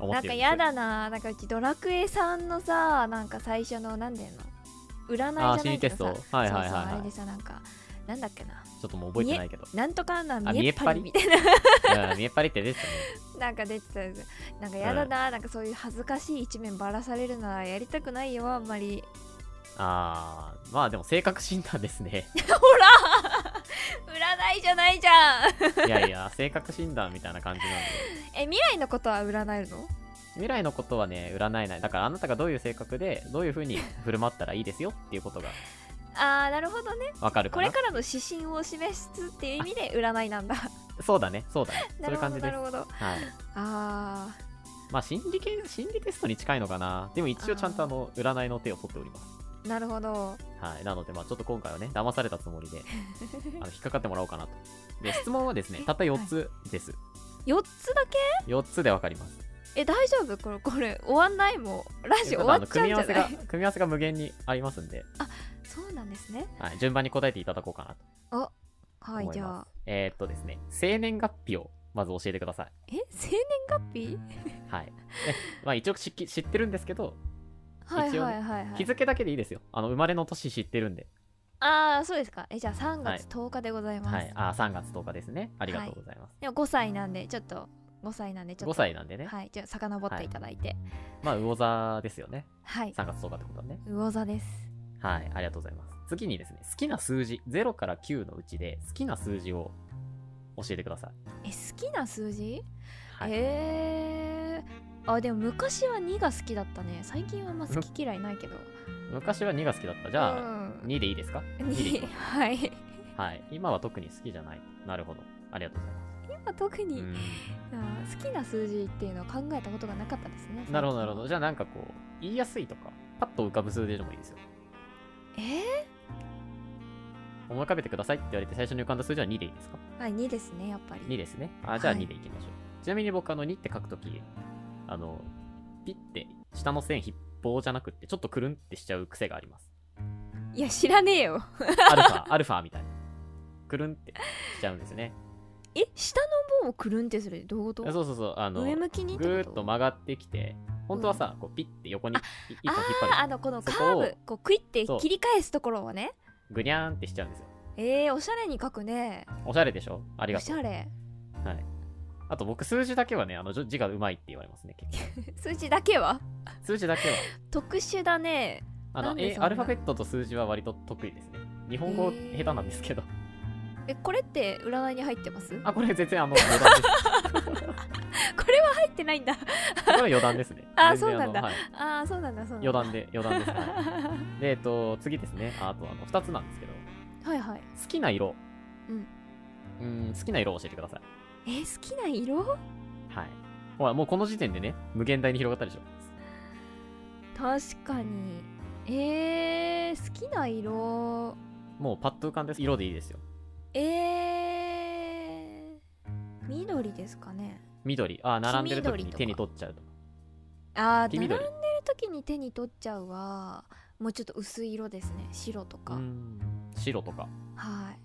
[SPEAKER 1] 思
[SPEAKER 2] な
[SPEAKER 1] っ
[SPEAKER 2] ん
[SPEAKER 1] て
[SPEAKER 2] か
[SPEAKER 1] る
[SPEAKER 2] やだななんかうちドラクエさんのさなんか最初のなんでの占いじゃ
[SPEAKER 1] あ
[SPEAKER 2] な
[SPEAKER 1] あ、
[SPEAKER 2] い
[SPEAKER 1] 心理
[SPEAKER 2] け
[SPEAKER 1] テ
[SPEAKER 2] ど
[SPEAKER 1] ス
[SPEAKER 2] さ
[SPEAKER 1] ト。はいはいはい、
[SPEAKER 2] そうそうあ
[SPEAKER 1] は
[SPEAKER 2] れ
[SPEAKER 1] い
[SPEAKER 2] で。さなんかなんだっけな
[SPEAKER 1] ちょっともう覚え てないけど。
[SPEAKER 2] なんとかな
[SPEAKER 1] あ
[SPEAKER 2] 見えっぱり
[SPEAKER 1] 見
[SPEAKER 2] みたいな
[SPEAKER 1] う ん見えっぱりって出てたね。
[SPEAKER 2] なんか出てたやつなんかやだな、なんかそういう恥ずかしい一面ばらされるならやりたくないよあんまり
[SPEAKER 1] あー、まあでも性格診断です ね。
[SPEAKER 2] ほら 占いじゃないじゃん
[SPEAKER 1] いやいや、性格診断みたいな感じなんで。
[SPEAKER 2] え未来のことは占えるの
[SPEAKER 1] い未来のことはね、占えない。だからあなたがどういう性格で、どういうふうに振る舞ったらいいですよっていうことが
[SPEAKER 2] あーなるほどね
[SPEAKER 1] わかるか
[SPEAKER 2] こ
[SPEAKER 1] な。
[SPEAKER 2] れからの指針を示すっていう意味で占いなん だ
[SPEAKER 1] そうだね、そう だね。
[SPEAKER 2] な
[SPEAKER 1] そうい
[SPEAKER 2] る
[SPEAKER 1] う
[SPEAKER 2] ほ
[SPEAKER 1] 感
[SPEAKER 2] ど
[SPEAKER 1] じで
[SPEAKER 2] な
[SPEAKER 1] す
[SPEAKER 2] る。ほど
[SPEAKER 1] はい。
[SPEAKER 2] あー
[SPEAKER 1] まあ心理系、心理テストに近いのかな。でも一応ちゃんとあの、占いの手を取っております。
[SPEAKER 2] なるほど
[SPEAKER 1] はい。なので、まあちょっと今回はね、騙されたつも りで、あの引っかかってもらおうかなと。で、質問はですね、たった4つです。
[SPEAKER 2] 4つだけ
[SPEAKER 1] 4つでわかります。
[SPEAKER 2] え大丈夫これこれ終わんないもうラジオ
[SPEAKER 1] ただ
[SPEAKER 2] 終わ
[SPEAKER 1] あの
[SPEAKER 2] っちゃう
[SPEAKER 1] 組み
[SPEAKER 2] んじ
[SPEAKER 1] 合
[SPEAKER 2] ゃ
[SPEAKER 1] わせ
[SPEAKER 2] な
[SPEAKER 1] が
[SPEAKER 2] い
[SPEAKER 1] 組み合わせが無限にありますんで、
[SPEAKER 2] そうなんですね
[SPEAKER 1] はい、順番に答えていただこうかなと
[SPEAKER 2] は
[SPEAKER 1] 思い
[SPEAKER 2] い
[SPEAKER 1] ます。
[SPEAKER 2] じゃあ
[SPEAKER 1] えー、っとですね、生年月日をまず教えてください。
[SPEAKER 2] え生年月日
[SPEAKER 1] はい。ねまあ一応知き知ってるんですけど、
[SPEAKER 2] はい
[SPEAKER 1] 一応
[SPEAKER 2] は
[SPEAKER 1] ね
[SPEAKER 2] いはいは
[SPEAKER 1] 日
[SPEAKER 2] い
[SPEAKER 1] 付だけでいいですよ。あの生まれの年知ってるんで。
[SPEAKER 2] ああそうですかえじゃあ3
[SPEAKER 1] はい
[SPEAKER 2] 月10日でございます、
[SPEAKER 1] はい。あ、3月10日ですね。ありがとうございます。
[SPEAKER 2] でも5歳なんでちょっと5歳なんでちょっと
[SPEAKER 1] 5歳なんでね、
[SPEAKER 2] はいじゃあ遡っていただいて
[SPEAKER 1] まあ魚座ですよね。
[SPEAKER 2] はい、
[SPEAKER 1] 3月10日ってことはね。
[SPEAKER 2] 魚座です
[SPEAKER 1] はい、ありがとうございます。次にですね、好きな数字、0から9のうちで好きな数字を教えてください。
[SPEAKER 2] え好きな数字、
[SPEAKER 1] はい。
[SPEAKER 2] えー、あでも昔は2が好きだったね最近はあんま好き嫌いないけど
[SPEAKER 1] 昔は2が好きだった。じゃあ、
[SPEAKER 2] うん
[SPEAKER 1] 2でいいですか2でいき
[SPEAKER 2] に
[SPEAKER 1] ます
[SPEAKER 2] はい
[SPEAKER 1] はい。今は特に好きじゃない。なるほど。ありがとうございます。
[SPEAKER 2] 今特に、
[SPEAKER 1] う
[SPEAKER 2] あー好きな数字っていうのは考えたことがなかったですね
[SPEAKER 1] んなるほど、なるほど。じゃあなんかこう、言いやすいとか、パッと浮かぶ数字でもいいですよ。
[SPEAKER 2] えー
[SPEAKER 1] 思い浮かべてくださいって言われて最初に浮かんだ数字は2でいいですか
[SPEAKER 2] はい2ですねやっぱり
[SPEAKER 1] ?2 ですね。あ、じゃあ
[SPEAKER 2] はい
[SPEAKER 1] 2でいきましょう。ちなみに僕あの2って書くとき、あの、ピッて下の線筆棒じゃなくって、ちょっとくるんってしちゃう癖があります。
[SPEAKER 2] いや知らねえよ
[SPEAKER 1] アルファ、ア ルファみたいな。くるんってしちゃうんですね。
[SPEAKER 2] え下の棒をくるんってするどういうこと
[SPEAKER 1] そうそうそう、あの、
[SPEAKER 2] 上向きにって
[SPEAKER 1] ぐ
[SPEAKER 2] こと
[SPEAKER 1] ーっと曲がってきて、本当はさ、こうピッて横にい一
[SPEAKER 2] あ
[SPEAKER 1] 本引っ
[SPEAKER 2] あーあ
[SPEAKER 1] 張る。
[SPEAKER 2] のこのカ
[SPEAKER 1] そこ
[SPEAKER 2] ー
[SPEAKER 1] を
[SPEAKER 2] ブこうクイって
[SPEAKER 1] そう
[SPEAKER 2] 切り返すところをね
[SPEAKER 1] ぐにゃーんってしちゃうんですよ。
[SPEAKER 2] えー、おしゃれに書くね
[SPEAKER 1] おしゃれでしょあり
[SPEAKER 2] お
[SPEAKER 1] が
[SPEAKER 2] し
[SPEAKER 1] とう。
[SPEAKER 2] ゃれ
[SPEAKER 1] はい。あと僕、数字だけはね、あのじょ字がうまいって言われますね、結構。
[SPEAKER 2] 数字だけは
[SPEAKER 1] 数字だけは。
[SPEAKER 2] 特殊だね
[SPEAKER 1] あ
[SPEAKER 2] な
[SPEAKER 1] の、
[SPEAKER 2] んで
[SPEAKER 1] え
[SPEAKER 2] そんな
[SPEAKER 1] アルファベットと数字は割と得意ですね。日本語
[SPEAKER 2] へー
[SPEAKER 1] 下手なんですけ ど。
[SPEAKER 2] えこれって占いに入ってます
[SPEAKER 1] あ、これ全然あの、余 談です。
[SPEAKER 2] これは入ってないんだ
[SPEAKER 1] これは余談ですね。
[SPEAKER 2] あー
[SPEAKER 1] 全然
[SPEAKER 2] そうなんだ
[SPEAKER 1] あのはい
[SPEAKER 2] ああそうなんだそうなんだ
[SPEAKER 1] 余談で、余談です。はいで、えっと、次ですね。ああと、あの、二つなんですけど。
[SPEAKER 2] はいはい
[SPEAKER 1] 好きな色。
[SPEAKER 2] うん。
[SPEAKER 1] ん、好きな色を教えてください。
[SPEAKER 2] えー好きな色
[SPEAKER 1] はい。ほら、もうこの時点でね、無限大に広がったでしょ。
[SPEAKER 2] 確かにえー、好きな色
[SPEAKER 1] もうパッと浮かんで色でいいですよ。
[SPEAKER 2] えー、緑ですかね
[SPEAKER 1] 緑。ああ、並んでる時に
[SPEAKER 2] 黄緑とか
[SPEAKER 1] 手に取っちゃうと。
[SPEAKER 2] あー
[SPEAKER 1] 黄
[SPEAKER 2] 並んで
[SPEAKER 1] 緑
[SPEAKER 2] る時に手に取っちゃうはもうちょっと薄い色ですね白と
[SPEAKER 1] う
[SPEAKER 2] か、
[SPEAKER 1] ーん。白とか。
[SPEAKER 2] はい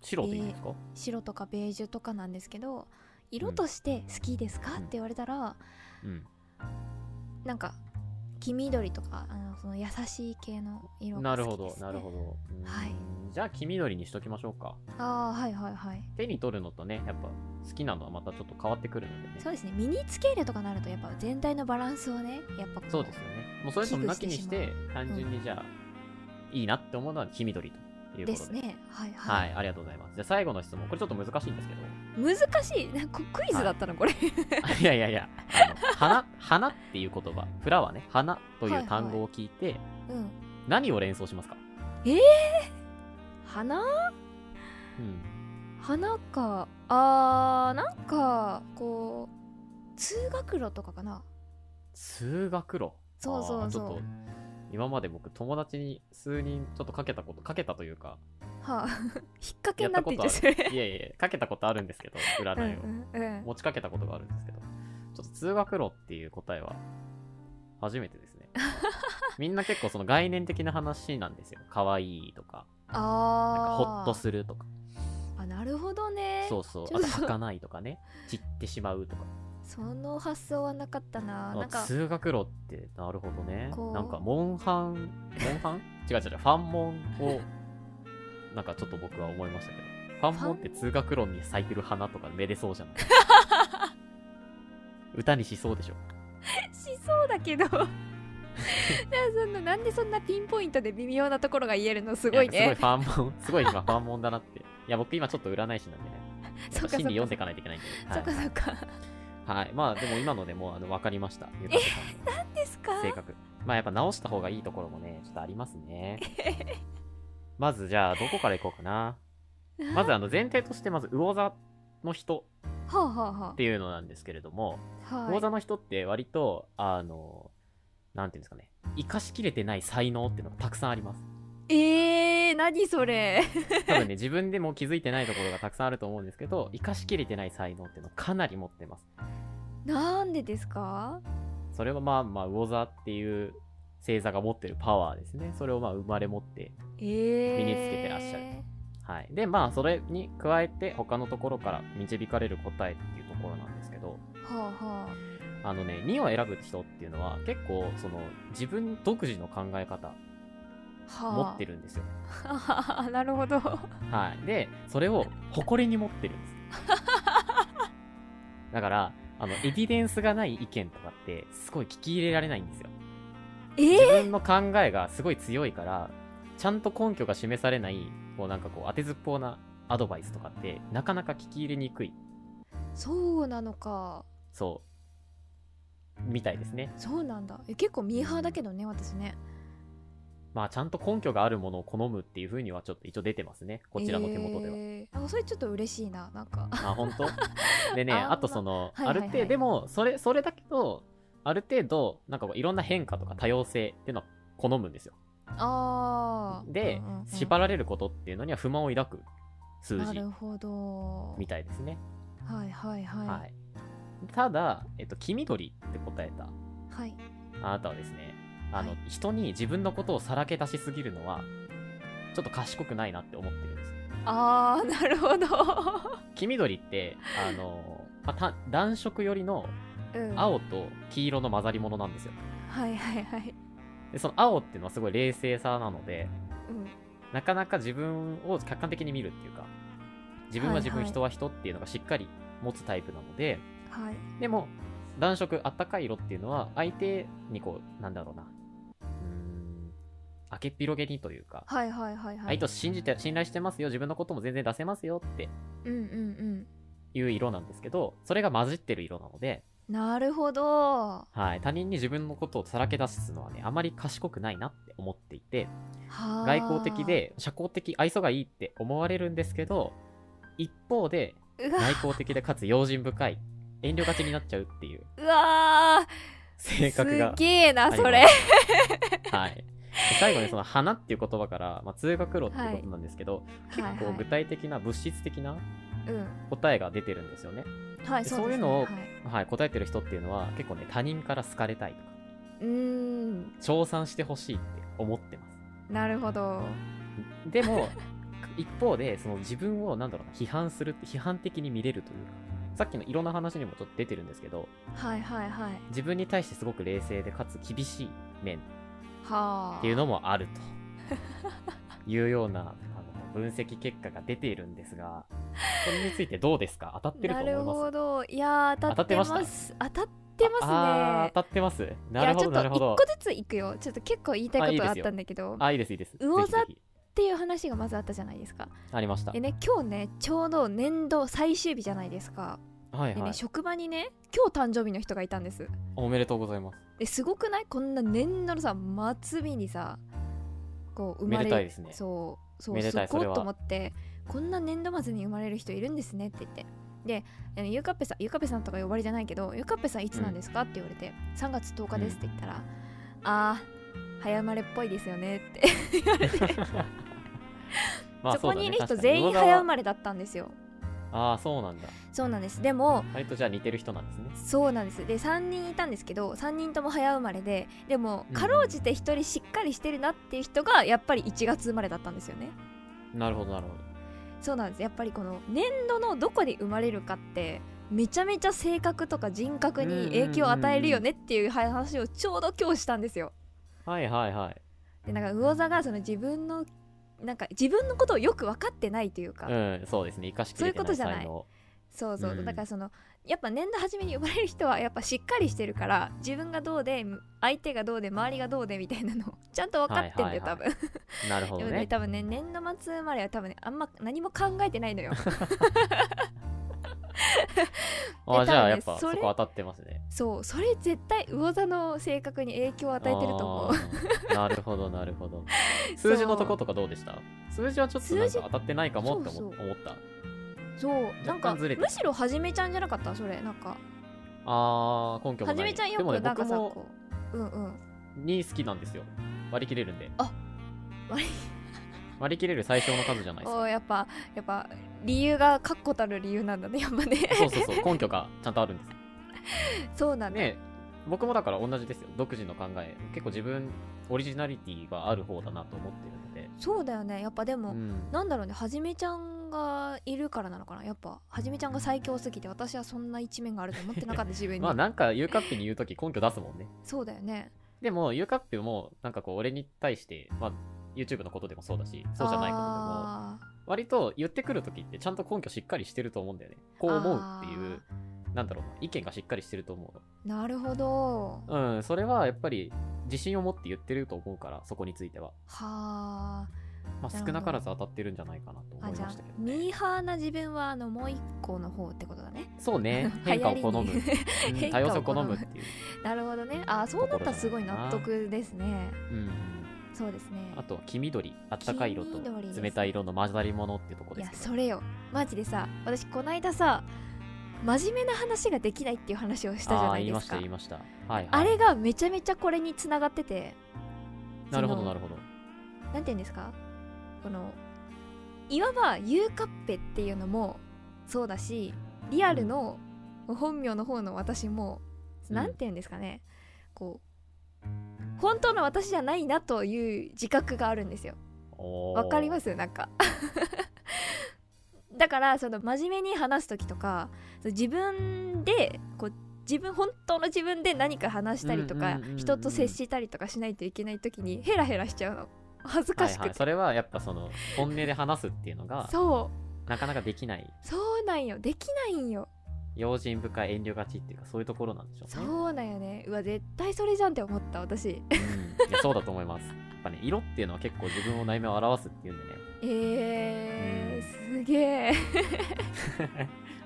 [SPEAKER 1] 白でいいんですか、
[SPEAKER 2] 白とかベージュとかなんですけど色として好きですか、
[SPEAKER 1] うん
[SPEAKER 2] って言われたら
[SPEAKER 1] うん。
[SPEAKER 2] なんか黄緑とかあのその優しい系の色
[SPEAKER 1] な
[SPEAKER 2] が
[SPEAKER 1] るほ
[SPEAKER 2] 好きで
[SPEAKER 1] ど、
[SPEAKER 2] す、ね、
[SPEAKER 1] なるほど。うーん
[SPEAKER 2] はい
[SPEAKER 1] じゃあ、黄緑にしときましょうか。
[SPEAKER 2] どああはいはいはい
[SPEAKER 1] 手に取るのとね、やっぱ好きなのはまたちょっと変わってくるのでね。
[SPEAKER 2] そうですね身につけるとかなるとやっぱ全体のバランスをねやっぱこ
[SPEAKER 1] そうですよね。もうそれともなきにして
[SPEAKER 2] 危惧して、
[SPEAKER 1] 単純にじゃあ、いいなって思うのは黄緑ということで。
[SPEAKER 2] ですねはいは、
[SPEAKER 1] はいい、ありがとうございます。じゃあ最後の質問、これちょっと難しいんですけど、
[SPEAKER 2] 難しいなんかクイズだったの、これ
[SPEAKER 1] いやいやいや、あの花、花っていう言葉、フラワーね、花と
[SPEAKER 2] はい
[SPEAKER 1] い
[SPEAKER 2] は
[SPEAKER 1] う
[SPEAKER 2] い
[SPEAKER 1] 単語を聞いて、
[SPEAKER 2] うん
[SPEAKER 1] 何を連想しますか
[SPEAKER 2] 花
[SPEAKER 1] うん。
[SPEAKER 2] 花かあーなんかこう通学路とかかな
[SPEAKER 1] 通学路。
[SPEAKER 2] そうそうそう
[SPEAKER 1] あーちょっと、今まで僕、友達に数人ちょっとかけたこと、かけたというか、
[SPEAKER 2] はあ 引っ掛けになってんじゃんそれ
[SPEAKER 1] いやいやいや、かけたことあるんですけど、
[SPEAKER 2] うん
[SPEAKER 1] 占いを。
[SPEAKER 2] うんうん
[SPEAKER 1] 持ちかけたことがあるんですけど、ちょっと通学路っていう答えは、初めてです ね。みんな結構その概念的な話なんですよ。可愛いとか、
[SPEAKER 2] あ
[SPEAKER 1] なんか
[SPEAKER 2] あ
[SPEAKER 1] ほっとするとか。
[SPEAKER 2] あなるほどね
[SPEAKER 1] そうそう。
[SPEAKER 2] ち
[SPEAKER 1] あ
[SPEAKER 2] ょっ
[SPEAKER 1] と
[SPEAKER 2] と
[SPEAKER 1] 儚いとかね。散ってしまうとか。
[SPEAKER 2] その発想はなかったななんか
[SPEAKER 1] 通学路ってなるほどね
[SPEAKER 2] こ。う
[SPEAKER 1] なんか、モンハン、モンハン違う違う違う、ファンモンを、なんかちょっと僕は思いましたけど。ファンモンって通学路に咲いてる花とかめでそうじゃない 歌にしそうでしょ。
[SPEAKER 2] しそうだけど なんかそんななんでそんなピンポイントで微妙なところが言えるのすごい
[SPEAKER 1] や
[SPEAKER 2] ね
[SPEAKER 1] すごいファンモン、すごい今ファンモンだなって。いや、僕今ちょっと占い師なんでね。やっぱ
[SPEAKER 2] そっかそっか
[SPEAKER 1] 心理読んでいかないといけないんで、ね。
[SPEAKER 2] そっか
[SPEAKER 1] はい
[SPEAKER 2] そっか
[SPEAKER 1] はい。まあ、でも今のでもうあの分かりました。ゆうたけさん
[SPEAKER 2] ですか
[SPEAKER 1] の性格。まあ、やっぱ直した方がいいところもね、ちょっとありますね。まず、じゃあ、どこからいこうかな。まず、あの、前提として、まず、魚座の人
[SPEAKER 2] はあは
[SPEAKER 1] っていうのなんですけれども、
[SPEAKER 2] あはあ
[SPEAKER 1] 魚
[SPEAKER 2] は
[SPEAKER 1] 座の人って割と、あの、なんていうんですかね、生かしきれてない才能っていうのがたくさんあります。
[SPEAKER 2] いえー、何それ
[SPEAKER 1] 多分ね、自分でも気づいてないところがたくさんあると思うんですけど、生かしきれてない才能っていうのをかなり持ってます。
[SPEAKER 2] なんでですか
[SPEAKER 1] それはまあまあ、魚座っていう星座が持ってるパワーですね。それをまあ生まれ持って。
[SPEAKER 2] えー、
[SPEAKER 1] 身につけてらっしゃるはい。で、まあ、それに加えて、他のところから導かれる答えっていうところなんですけど、
[SPEAKER 2] はあはあ
[SPEAKER 1] あのね、2を選ぶ人っていうのは、結構、その、自分独自の考え方
[SPEAKER 2] はあ
[SPEAKER 1] 持って
[SPEAKER 2] る
[SPEAKER 1] るんですよ。
[SPEAKER 2] なる ほど
[SPEAKER 1] はい。で、それを誇りに持ってるんです。だから、あの、エビデンスがない意見とかって、すごい聞き入れられないんですよ。
[SPEAKER 2] え
[SPEAKER 1] 自分の考えがすごい強いから、ちゃんと根拠が示されない、こうなんかこう当てずっぽうなアドバイスとかって、なかなか聞き入れにくい。
[SPEAKER 2] そうなのか
[SPEAKER 1] そう。みたいですね。
[SPEAKER 2] そうなんだえ結構ミーハーだけどね私ね
[SPEAKER 1] まあ、ちゃんと根拠があるものを好むっていう風にはちょっと一応出てますね。こちらの手元では。
[SPEAKER 2] えーあそれちょっと嬉しいななんか
[SPEAKER 1] あ、本当でね、
[SPEAKER 2] あー
[SPEAKER 1] あとその、
[SPEAKER 2] まあはいはいはい
[SPEAKER 1] ある程度、でも、それ、それだけど、ある程度、なんかこういろんな変化とか多様性っていうのは好むんですよ。
[SPEAKER 2] あー
[SPEAKER 1] で、
[SPEAKER 2] うんうんうん
[SPEAKER 1] 縛られることっていうのには不満を抱く数
[SPEAKER 2] な
[SPEAKER 1] 字
[SPEAKER 2] るほど
[SPEAKER 1] みたいですね。
[SPEAKER 2] はいはいはい
[SPEAKER 1] はい。ただ、えっと、黄緑って答えた
[SPEAKER 2] はい
[SPEAKER 1] あなたはですね、あの、
[SPEAKER 2] はい
[SPEAKER 1] 人に自分のことをさらけ出しすぎるのは、ちょっと賢くないなって思ってるんです。
[SPEAKER 2] あーなるほど、
[SPEAKER 1] 黄緑って、あの、 まあた暖色寄りの
[SPEAKER 2] うん、
[SPEAKER 1] 青と黄色の混ざり物なんですよ。
[SPEAKER 2] はいはいはい
[SPEAKER 1] で、その青っていうのはすごい冷静さなので、
[SPEAKER 2] うん
[SPEAKER 1] なかなか自分を客観的に見るっていうか、自分は自分、
[SPEAKER 2] はいはい
[SPEAKER 1] 人は人っていうのがしっかり持つタイプなので、
[SPEAKER 2] はい
[SPEAKER 1] でも、暖色、あったかい色っていうのは、相手にこう、なんだろうな。うーん、明けっぴろげにというか、
[SPEAKER 2] はいはいはいは
[SPEAKER 1] 相
[SPEAKER 2] い
[SPEAKER 1] 手を信じて、信頼してますよ、自分のことも全然出せますよって
[SPEAKER 2] うんうん
[SPEAKER 1] いう色なんですけど、それが混じってる色なので、
[SPEAKER 2] うんなるほど
[SPEAKER 1] はい、他人に自分のことをさらけ出すのはね、あまり賢くないなって思っていて、
[SPEAKER 2] 外
[SPEAKER 1] 外交的で社交的、愛想がいいって思われるんですけど、一方で、
[SPEAKER 2] うわ
[SPEAKER 1] 内向的でかつ用心深い、遠慮がちになっちゃうって いう
[SPEAKER 2] うわ
[SPEAKER 1] 性
[SPEAKER 2] ー
[SPEAKER 1] 格
[SPEAKER 2] す
[SPEAKER 1] が
[SPEAKER 2] げえなそ
[SPEAKER 1] あり
[SPEAKER 2] れ
[SPEAKER 1] ますはい。で最後にその花っていう言葉から、まあ、通学路っていうことなんですけど、
[SPEAKER 2] はい
[SPEAKER 1] こ
[SPEAKER 2] は
[SPEAKER 1] う具
[SPEAKER 2] い
[SPEAKER 1] 体的な物質的な
[SPEAKER 2] うん
[SPEAKER 1] 答えが出てるんですよね。
[SPEAKER 2] はい
[SPEAKER 1] で
[SPEAKER 2] そう
[SPEAKER 1] そう
[SPEAKER 2] で
[SPEAKER 1] いう
[SPEAKER 2] すね
[SPEAKER 1] のを
[SPEAKER 2] は
[SPEAKER 1] はい、答えてる人っていうのは結構ね、他人から好かれたいとか、
[SPEAKER 2] うーん
[SPEAKER 1] 称賛してほしいって思ってま
[SPEAKER 2] なるほど
[SPEAKER 1] す。で も、一方で、その自分をなんだろうな、批判するって、批判的に見れるというか、さっきの色の話にもちょっと出てるんですけど、
[SPEAKER 2] はいはいはいは
[SPEAKER 1] 自分に対してすごく冷静でかつ厳しい面
[SPEAKER 2] あ
[SPEAKER 1] っていうのもある というようなあの分析結果が出ているんですがこれについてどうですか当たってると
[SPEAKER 2] な
[SPEAKER 1] 思い
[SPEAKER 2] る
[SPEAKER 1] ます
[SPEAKER 2] ほどいやー当たってます当たってます
[SPEAKER 1] あー
[SPEAKER 2] ね
[SPEAKER 1] 当たってますなるほど
[SPEAKER 2] い
[SPEAKER 1] な
[SPEAKER 2] やち
[SPEAKER 1] る
[SPEAKER 2] ょっ
[SPEAKER 1] ほど
[SPEAKER 2] と一個ずついくよちょっと結構言いた
[SPEAKER 1] あ
[SPEAKER 2] い
[SPEAKER 1] いい
[SPEAKER 2] こ
[SPEAKER 1] で
[SPEAKER 2] と
[SPEAKER 1] す
[SPEAKER 2] あ
[SPEAKER 1] よ
[SPEAKER 2] ったんだけどっ
[SPEAKER 1] あいいですいいです
[SPEAKER 2] 魚座
[SPEAKER 1] ぜひぜ
[SPEAKER 2] ていう話がまずあったじゃないですか
[SPEAKER 1] ひありました
[SPEAKER 2] でね今日ねちょうど年度最終日じゃないですか
[SPEAKER 1] はい
[SPEAKER 2] で
[SPEAKER 1] は
[SPEAKER 2] ね
[SPEAKER 1] い
[SPEAKER 2] 職場にね今日誕生日の人がいたんです
[SPEAKER 1] おめでとうございます
[SPEAKER 2] ですごくないこんな年度のさ末日にさこう生まれ
[SPEAKER 1] めでたいですね
[SPEAKER 2] そうそう
[SPEAKER 1] めですたいそ
[SPEAKER 2] ご
[SPEAKER 1] れ
[SPEAKER 2] い
[SPEAKER 1] は
[SPEAKER 2] と思ってこんな年度末に生まれる人いるんですねって言ってであのゆかっぺさんゆかっぺさんとか呼ばれじゃないけどゆかっぺさんいつなんですか、って言われて3月10日ですって言ったら、あー早生まれっぽいですよねって
[SPEAKER 1] まあ
[SPEAKER 2] そこにいる人
[SPEAKER 1] そうだね
[SPEAKER 2] 全員
[SPEAKER 1] 確かに
[SPEAKER 2] 早生まれだったんですよ
[SPEAKER 1] ああそうなんだ
[SPEAKER 2] そうなんですでも
[SPEAKER 1] 割とじゃあ似てる人なんですね
[SPEAKER 2] そうなんですで3人いたんですけど3人とも早生まれででも
[SPEAKER 1] うん
[SPEAKER 2] かろうじて1人しっかりしてるなっていう人がやっぱり1月生まれだったんですよね
[SPEAKER 1] なるほどなるほ
[SPEAKER 2] そうなんですやっぱりこの年度のどこで生まれるかってめちゃめちゃ性格とか人格に影響を与えるよねっていう話をちょうど今日したんですよ
[SPEAKER 1] どはいはいはい
[SPEAKER 2] でなんか魚座がその自分のなんか自分のことをよく分かってないというか、
[SPEAKER 1] うんそうですね生かしきれてな
[SPEAKER 2] そういうこと
[SPEAKER 1] い
[SPEAKER 2] じゃない
[SPEAKER 1] 才能
[SPEAKER 2] そうそう、
[SPEAKER 1] うん
[SPEAKER 2] だからそのやっぱ年度初めに生まれる人はやっぱしっかりしてるから自分がどうで相手がどうで周りがどうでみたいなのを ちゃんと分かってんだよ、
[SPEAKER 1] はいはいはなるほ
[SPEAKER 2] 多分で
[SPEAKER 1] ど
[SPEAKER 2] もね
[SPEAKER 1] ね
[SPEAKER 2] 多 分ね年度末生まれは多分ねあんま何も考えてないのよ
[SPEAKER 1] あじゃあやっぱ
[SPEAKER 2] 出た
[SPEAKER 1] そ
[SPEAKER 2] んです
[SPEAKER 1] こ当たってますね
[SPEAKER 2] そうそれ絶対魚座の性格に影響を与えてると思う
[SPEAKER 1] あーなるほどなるほ ど数字のとことかどうでした数字はちょっとなん
[SPEAKER 2] 数
[SPEAKER 1] か
[SPEAKER 2] 字
[SPEAKER 1] 当たってないかもって
[SPEAKER 2] そう
[SPEAKER 1] 思
[SPEAKER 2] そう
[SPEAKER 1] 思った
[SPEAKER 2] そうなん
[SPEAKER 1] 若
[SPEAKER 2] か
[SPEAKER 1] 干ずれてた
[SPEAKER 2] むしろはじめちゃんじゃなかったそれなんか
[SPEAKER 1] あー根拠もな
[SPEAKER 2] はじ
[SPEAKER 1] い
[SPEAKER 2] めちゃんよ
[SPEAKER 1] でも
[SPEAKER 2] く
[SPEAKER 1] ね
[SPEAKER 2] なん
[SPEAKER 1] 僕
[SPEAKER 2] かさ
[SPEAKER 1] も
[SPEAKER 2] こううんうん
[SPEAKER 1] 2好きなんですよ割り切れるんで
[SPEAKER 2] あ割り
[SPEAKER 1] 割り切れる最小の数じゃないです
[SPEAKER 2] お
[SPEAKER 1] か
[SPEAKER 2] ーやっぱやっぱ理由が確固たる理由なんだねやっぱね
[SPEAKER 1] そうそうそう根拠がちゃんとあるんです
[SPEAKER 2] そうなんだ、
[SPEAKER 1] ね僕もだから同じですよ独自の考え結構自分オリジナリティがある方だなと思ってるので
[SPEAKER 2] そうだよねやっぱで
[SPEAKER 1] う
[SPEAKER 2] も、
[SPEAKER 1] ん
[SPEAKER 2] なんだろうねはじめちゃんがいるからなのかなやっぱはじめちゃんが最強すぎて私はそんな一面があると思ってなかった自分に、
[SPEAKER 1] まあなんかゆうかっぴに言うとき根拠出すもんね
[SPEAKER 2] そうだよね
[SPEAKER 1] でもゆうかっぴもなんかこう俺に対してまあ YouTube のことでもそうだしそうじゃないことでも
[SPEAKER 2] あー
[SPEAKER 1] 割と言ってくるときってちゃんと根拠しっかりしてると思うんだよねこう思うっていうなんだろうな意見がしっかりしてると思うの
[SPEAKER 2] なるほど
[SPEAKER 1] うん、それはやっぱり自信を持って言ってると思うから、そこについては。
[SPEAKER 2] は
[SPEAKER 1] まあ、
[SPEAKER 2] なるほど
[SPEAKER 1] 少なからず当たってるんじゃないかなと
[SPEAKER 2] ーあ
[SPEAKER 1] 思い
[SPEAKER 2] じゃ
[SPEAKER 1] ま
[SPEAKER 2] あ
[SPEAKER 1] したけど、ね。
[SPEAKER 2] ミーハーな自分はあのもう一個の方ってことだね、
[SPEAKER 1] そうね変化を好む。う
[SPEAKER 2] 流行りに
[SPEAKER 1] ん、
[SPEAKER 2] 変
[SPEAKER 1] 多
[SPEAKER 2] 化を
[SPEAKER 1] 様性
[SPEAKER 2] 好む
[SPEAKER 1] を好むっていう。
[SPEAKER 2] なるほどねあーそうなったらすごい
[SPEAKER 1] ところだ
[SPEAKER 2] 納
[SPEAKER 1] な
[SPEAKER 2] 得ですね
[SPEAKER 1] うん。
[SPEAKER 2] そうですね
[SPEAKER 1] あとは黄緑、あったかい色と
[SPEAKER 2] 黄緑です
[SPEAKER 1] 冷たい色の混ざり物ってとこ
[SPEAKER 2] い
[SPEAKER 1] で
[SPEAKER 2] や
[SPEAKER 1] すけど。
[SPEAKER 2] それよマジでさ私こないださ真面目な話ができないっていう話をしたじゃ
[SPEAKER 1] ああ
[SPEAKER 2] な
[SPEAKER 1] ー、
[SPEAKER 2] い
[SPEAKER 1] 言い
[SPEAKER 2] で
[SPEAKER 1] ますした、
[SPEAKER 2] か
[SPEAKER 1] 言いました。はい、はい。
[SPEAKER 2] あれがめちゃめちゃこれにつながってて
[SPEAKER 1] なるほど、
[SPEAKER 2] その
[SPEAKER 1] なるほど。
[SPEAKER 2] なんて言うんですかこのいわばゆうかっぺっていうのもそうだしリアルの本名の方の私も、
[SPEAKER 1] うん
[SPEAKER 2] なんて言うんですかねこう本当の私じゃないなという自覚があるんですよ
[SPEAKER 1] おー
[SPEAKER 2] わかりますなんか だからその真面目に話す時とかそう自分でこう自分本当の自分で何か話したりとか、
[SPEAKER 1] うんうんうんうん
[SPEAKER 2] 人と接したりとかしないといけない時にヘラヘラしちゃうの恥ずか
[SPEAKER 1] は
[SPEAKER 2] し
[SPEAKER 1] い
[SPEAKER 2] くて、
[SPEAKER 1] はい。それはやっぱその、本音で話すっていうのが、
[SPEAKER 2] そう
[SPEAKER 1] なかなかできない、
[SPEAKER 2] そうなんよできないんよ
[SPEAKER 1] 用心深い遠慮がちっていうか、そういうところなんでしょうね。
[SPEAKER 2] そうなんよねうわ絶対それじゃんって思っ た私
[SPEAKER 1] うんいやそうだと思います。やっぱね、色っていうのは結構自分の内面を表すっていうんでね。
[SPEAKER 2] えー、すげえ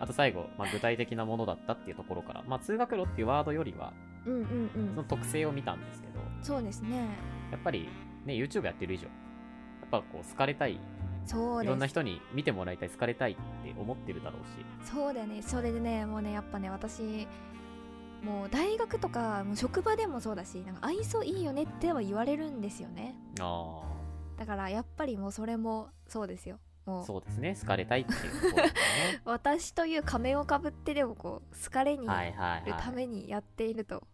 [SPEAKER 1] あと最後、まあ、具体的なものだったっていうところから、まあ、通学路っていうワードよりは、
[SPEAKER 2] うんうんう
[SPEAKER 1] その
[SPEAKER 2] ん
[SPEAKER 1] 特性を見たんですけど、
[SPEAKER 2] そうですね
[SPEAKER 1] やっぱりね、YouTube やってる以上、やっぱこう、好かれたい、い
[SPEAKER 2] そうで
[SPEAKER 1] ろん
[SPEAKER 2] す
[SPEAKER 1] な人に見てもらいたい、好かれたいって思ってるだろうし、
[SPEAKER 2] そうだよねそれでねもうねやっぱね私もう大学とかもう職場でもそうだしなんか愛想いいよねっては言われるんですよね
[SPEAKER 1] あ
[SPEAKER 2] だからやっぱりもうそれもそうですよも
[SPEAKER 1] あ、
[SPEAKER 2] う。
[SPEAKER 1] そうですね、好かれたいっていうところですね
[SPEAKER 2] 私という仮面をかぶってでもこう好かれに
[SPEAKER 1] はいいはい
[SPEAKER 2] るた
[SPEAKER 1] はい。
[SPEAKER 2] めにやっていると、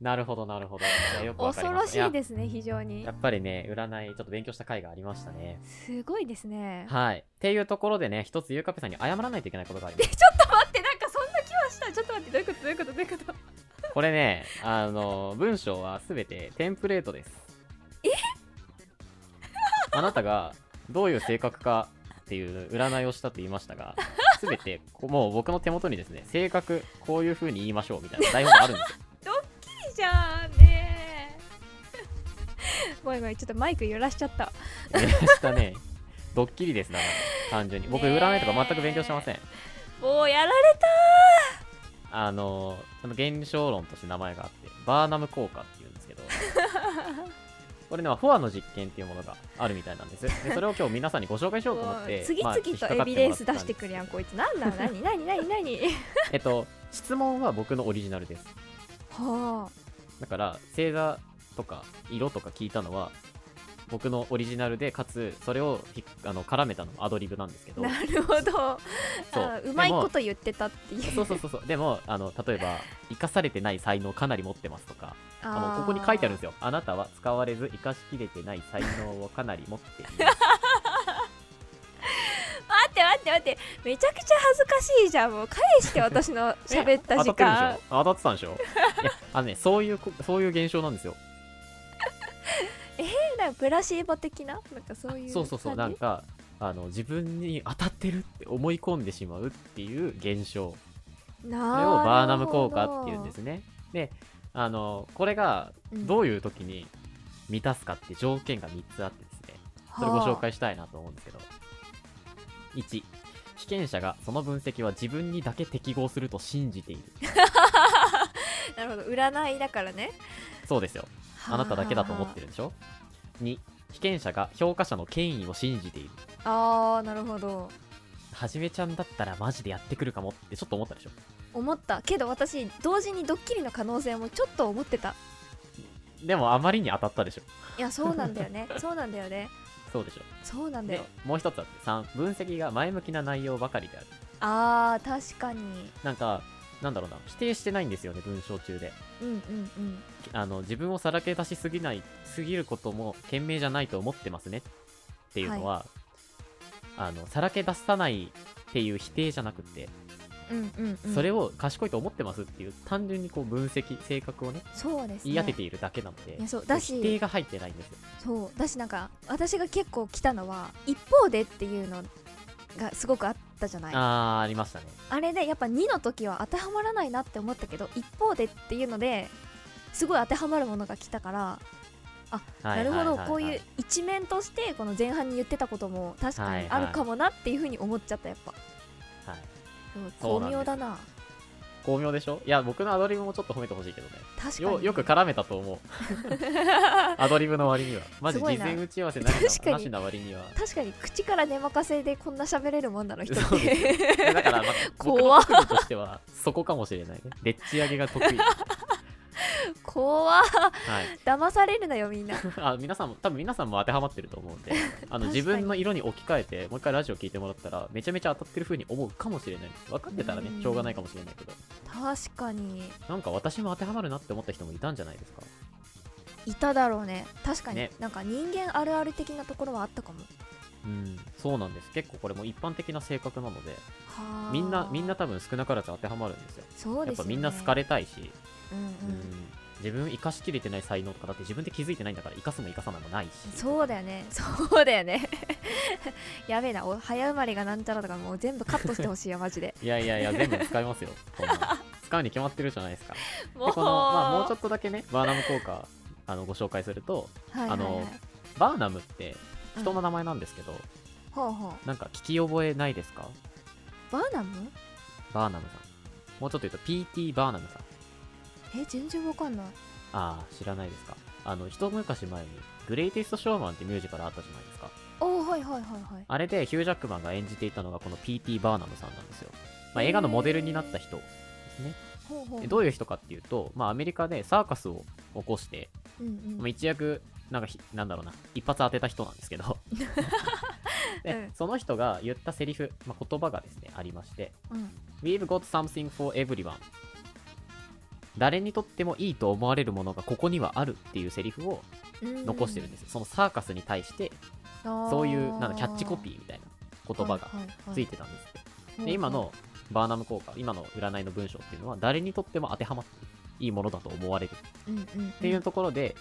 [SPEAKER 1] なるほど、なるほど。いやよくわかり
[SPEAKER 2] 恐
[SPEAKER 1] ま
[SPEAKER 2] ろ
[SPEAKER 1] し
[SPEAKER 2] したい
[SPEAKER 1] や
[SPEAKER 2] ですね非常に
[SPEAKER 1] やっぱりね、占い、ちょっと勉強した回がありましたね。
[SPEAKER 2] すごいですね
[SPEAKER 1] はい。っていうところでね、一つゆうかぺさんに謝らないといけないことがありま
[SPEAKER 2] え
[SPEAKER 1] す。
[SPEAKER 2] ちょっと待ってなんかそんな気はしたちょっと待ってどういうことどういうことどういうこと
[SPEAKER 1] これね、あの、文章はすべてテンプレートです。え あなたがどういう性格かっていう占いをしたと言いましたが、すべて、こもう僕の手元にですね、性格、こういう風に言いましょうみたいな台本があるんですよ。
[SPEAKER 2] いいじゃんね えごめんごめんちょっとマイク揺らしちゃった
[SPEAKER 1] 見ましたね。ドッキリですな、単純に。僕、
[SPEAKER 2] ねえ
[SPEAKER 1] 占いとか全く勉強してません。
[SPEAKER 2] もうやられた
[SPEAKER 1] あの、その現象論として名前があって、バーナム効果っていうんです けど、これね、フォアの実験っていうものがあーあるみたいなんです。でそれを今日皆さんにご紹介しようと思っ
[SPEAKER 2] も
[SPEAKER 1] て
[SPEAKER 2] う、次
[SPEAKER 1] まあ
[SPEAKER 2] 々とエビデンス出して。
[SPEAKER 1] 引っかかってもらったんです
[SPEAKER 2] くるやんこいつなんなの何何 何何
[SPEAKER 1] えっと、質問は僕のオリジナルです。
[SPEAKER 2] は
[SPEAKER 1] だから、星座とか色とか聞いたのは、僕のオリジナルで、かつ、それをひあの絡めたのもアドリブなんですけ
[SPEAKER 2] あ
[SPEAKER 1] ど、
[SPEAKER 2] なるほど
[SPEAKER 1] そう
[SPEAKER 2] あ
[SPEAKER 1] で
[SPEAKER 2] う
[SPEAKER 1] も
[SPEAKER 2] まいこと言ってたっていう
[SPEAKER 1] そうそうそうそう、でも、あの例えば、生かされてない才能かなり持ってますとか、あ
[SPEAKER 2] ー
[SPEAKER 1] のここに書いてあるんですよ。あなたは使われず生かしきれてない才能をかなり持っています。
[SPEAKER 2] 待って待って待ってめちゃくちゃ恥ずかしいじゃんもう返して私の 喋った
[SPEAKER 1] え当た
[SPEAKER 2] 時間
[SPEAKER 1] ってるでしょ。当たってたんでしょ。いやあのねそういうこそういう現象なんですよ。
[SPEAKER 2] えなんかブラシーボ的ななんかそういう
[SPEAKER 1] そうそうそうな
[SPEAKER 2] 感
[SPEAKER 1] ん
[SPEAKER 2] じ
[SPEAKER 1] かあの自分に当たってるって思い込んでしまうっていう現象。これをバーナム効果っていうんですね。であのこれがど
[SPEAKER 2] う
[SPEAKER 1] ういう時に満たすかって条件が3つあってですね。それご紹介したいなと思うんですけど。1、被験者がその分析は自分にだけ適合すると信じている。
[SPEAKER 2] なるほど占いだからね
[SPEAKER 1] そうですよ。あなただけだと思ってるでしょ ?2、被験者が評価者の権威を信じている。
[SPEAKER 2] あーなるほど
[SPEAKER 1] はじめちゃんだったらマジでやってくるかもってちょっと思ったでしょ
[SPEAKER 2] 思ったけど私同時にドッキリの可能性もちょっと思ってた
[SPEAKER 1] でもあまりに当たったでしょ
[SPEAKER 2] いやそうなんだ よねそうなんだよね
[SPEAKER 1] そうでしょ
[SPEAKER 2] そうなんだ
[SPEAKER 1] で
[SPEAKER 2] よ
[SPEAKER 1] もう一つあって3分析が前向きな内容ばかりである
[SPEAKER 2] あー確かに
[SPEAKER 1] なんかなんだろうな否定してないんですよね文章中で
[SPEAKER 2] うんうんうん
[SPEAKER 1] あの自分をさらけ出しすぎないすぎることも賢明じゃないと思ってますねっていうのは、あのさらけ出さないっていう否定じゃなくて、
[SPEAKER 2] うんうん、うん、
[SPEAKER 1] それを賢いと思ってますっていう単純にこう分析性格をね
[SPEAKER 2] そうですね
[SPEAKER 1] 言い当てているだけなので、
[SPEAKER 2] いやそうだし
[SPEAKER 1] 否定が入ってないんですよ
[SPEAKER 2] そうだしなんか私が結構来たのは一方でっていうのがすごくあったじゃないあ
[SPEAKER 1] あーありましたね
[SPEAKER 2] れでやっぱ2の時は当てはまらないなって思ったけど一方でっていうのですごい当てはまるものが来たからなるほどこういう一面としてこの前半に言ってたことも確かにあるかもなっていうふうに思っちゃったやっぱ
[SPEAKER 1] はい、
[SPEAKER 2] うん
[SPEAKER 1] そう
[SPEAKER 2] 巧
[SPEAKER 1] なんです
[SPEAKER 2] 妙だな
[SPEAKER 1] 巧妙でしょいや僕のアドリブもちょっと褒めてほしいけどね
[SPEAKER 2] 確かに
[SPEAKER 1] よよく絡めたと 思うアドリブの割にはマジ
[SPEAKER 2] すごい
[SPEAKER 1] 事
[SPEAKER 2] な
[SPEAKER 1] 前打ち合わせなし
[SPEAKER 2] 確かに
[SPEAKER 1] なしな割には
[SPEAKER 2] 確かに口から根任せでこんな喋れるもんだの人っ
[SPEAKER 1] そうで
[SPEAKER 2] て
[SPEAKER 1] だから、まあ、僕
[SPEAKER 2] 怖
[SPEAKER 1] の特技としてはそこかもしれないねでっち上げが 得意、はい、
[SPEAKER 2] 怖っ騙されるなよみんな
[SPEAKER 1] あ皆さんも多分皆さんも当てはまってると思 うんであの
[SPEAKER 2] 確かに
[SPEAKER 1] 自分の色に置き換えてもう一回ラジオ聞いてもらったらめちゃめちゃ当たってる風に思うかもしれない分かってたらね
[SPEAKER 2] うん
[SPEAKER 1] しょうがないかもしれないけど
[SPEAKER 2] 確かに
[SPEAKER 1] なんか私も当てはまるなって思った人もいたんじゃないですか
[SPEAKER 2] いただろうね確かに、
[SPEAKER 1] ね
[SPEAKER 2] なんか人間あるある的なところはあったかも
[SPEAKER 1] うんそうなんです結構これも一般的な性格なので
[SPEAKER 2] はあ
[SPEAKER 1] みんなみんな多分少なからず当てはまるんですよ
[SPEAKER 2] そう
[SPEAKER 1] や
[SPEAKER 2] で
[SPEAKER 1] っ
[SPEAKER 2] す
[SPEAKER 1] ぱ
[SPEAKER 2] よ、ね、
[SPEAKER 1] みんな好かれたいし、
[SPEAKER 2] うん
[SPEAKER 1] うん
[SPEAKER 2] うん
[SPEAKER 1] 自分生かしきれてない才能とかだって自分で気づいてないんだから生かすも生かさないもないし
[SPEAKER 2] そうだよね そうだよねやべえなお早生まれがなんちゃらとかもう全部カットしてほしいよ マジで
[SPEAKER 1] いやいやいや全部使いますよこんなの 使うに決まってるじゃないですかで
[SPEAKER 2] もう
[SPEAKER 1] この、まあ、もうちょっとだけねバーナム効果あのご紹介すると
[SPEAKER 2] はいはいはい
[SPEAKER 1] あのバーナムって人の
[SPEAKER 2] うん
[SPEAKER 1] 名前なんですけど、
[SPEAKER 2] ほうほう
[SPEAKER 1] なんか聞き覚えないですか
[SPEAKER 2] バーナム
[SPEAKER 1] バーナムさんもうちょっと言うと PT バーナムさん
[SPEAKER 2] え全然わかんない
[SPEAKER 1] ああ知らないですかあの一昔前に「グレイテスト・ショーマン」ってミュージカルあったじゃないですか
[SPEAKER 2] おーはいはいはいはい
[SPEAKER 1] あれでヒュー・ジャックマンが演じていたのがこの PT ・バーナムさんなんですよ、まあ、映画のモデルになった人ですね
[SPEAKER 2] ほうほう
[SPEAKER 1] でどういう人かっていうと、まあ、アメリカでサーカスを起こして、
[SPEAKER 2] うんうん
[SPEAKER 1] まあ、一躍なんかひなんだろうな一発当てた人なんですけどで、
[SPEAKER 2] うん
[SPEAKER 1] その人が言ったセリフ、まあ、言葉がですねありまして
[SPEAKER 2] うん、
[SPEAKER 1] We've got something for everyone 誰にとってもいいと思われるものがここにはあるっていうセリフを残してるんですよ、そのサーカスに対してそういうなんだキャッチコピーみたいな言葉がついてたんですって、
[SPEAKER 2] て
[SPEAKER 1] で今のバーナム効果今の占いの文章っていうのは誰にとっても当てはまっていいものだと思われるっ
[SPEAKER 2] って
[SPEAKER 1] いうところで、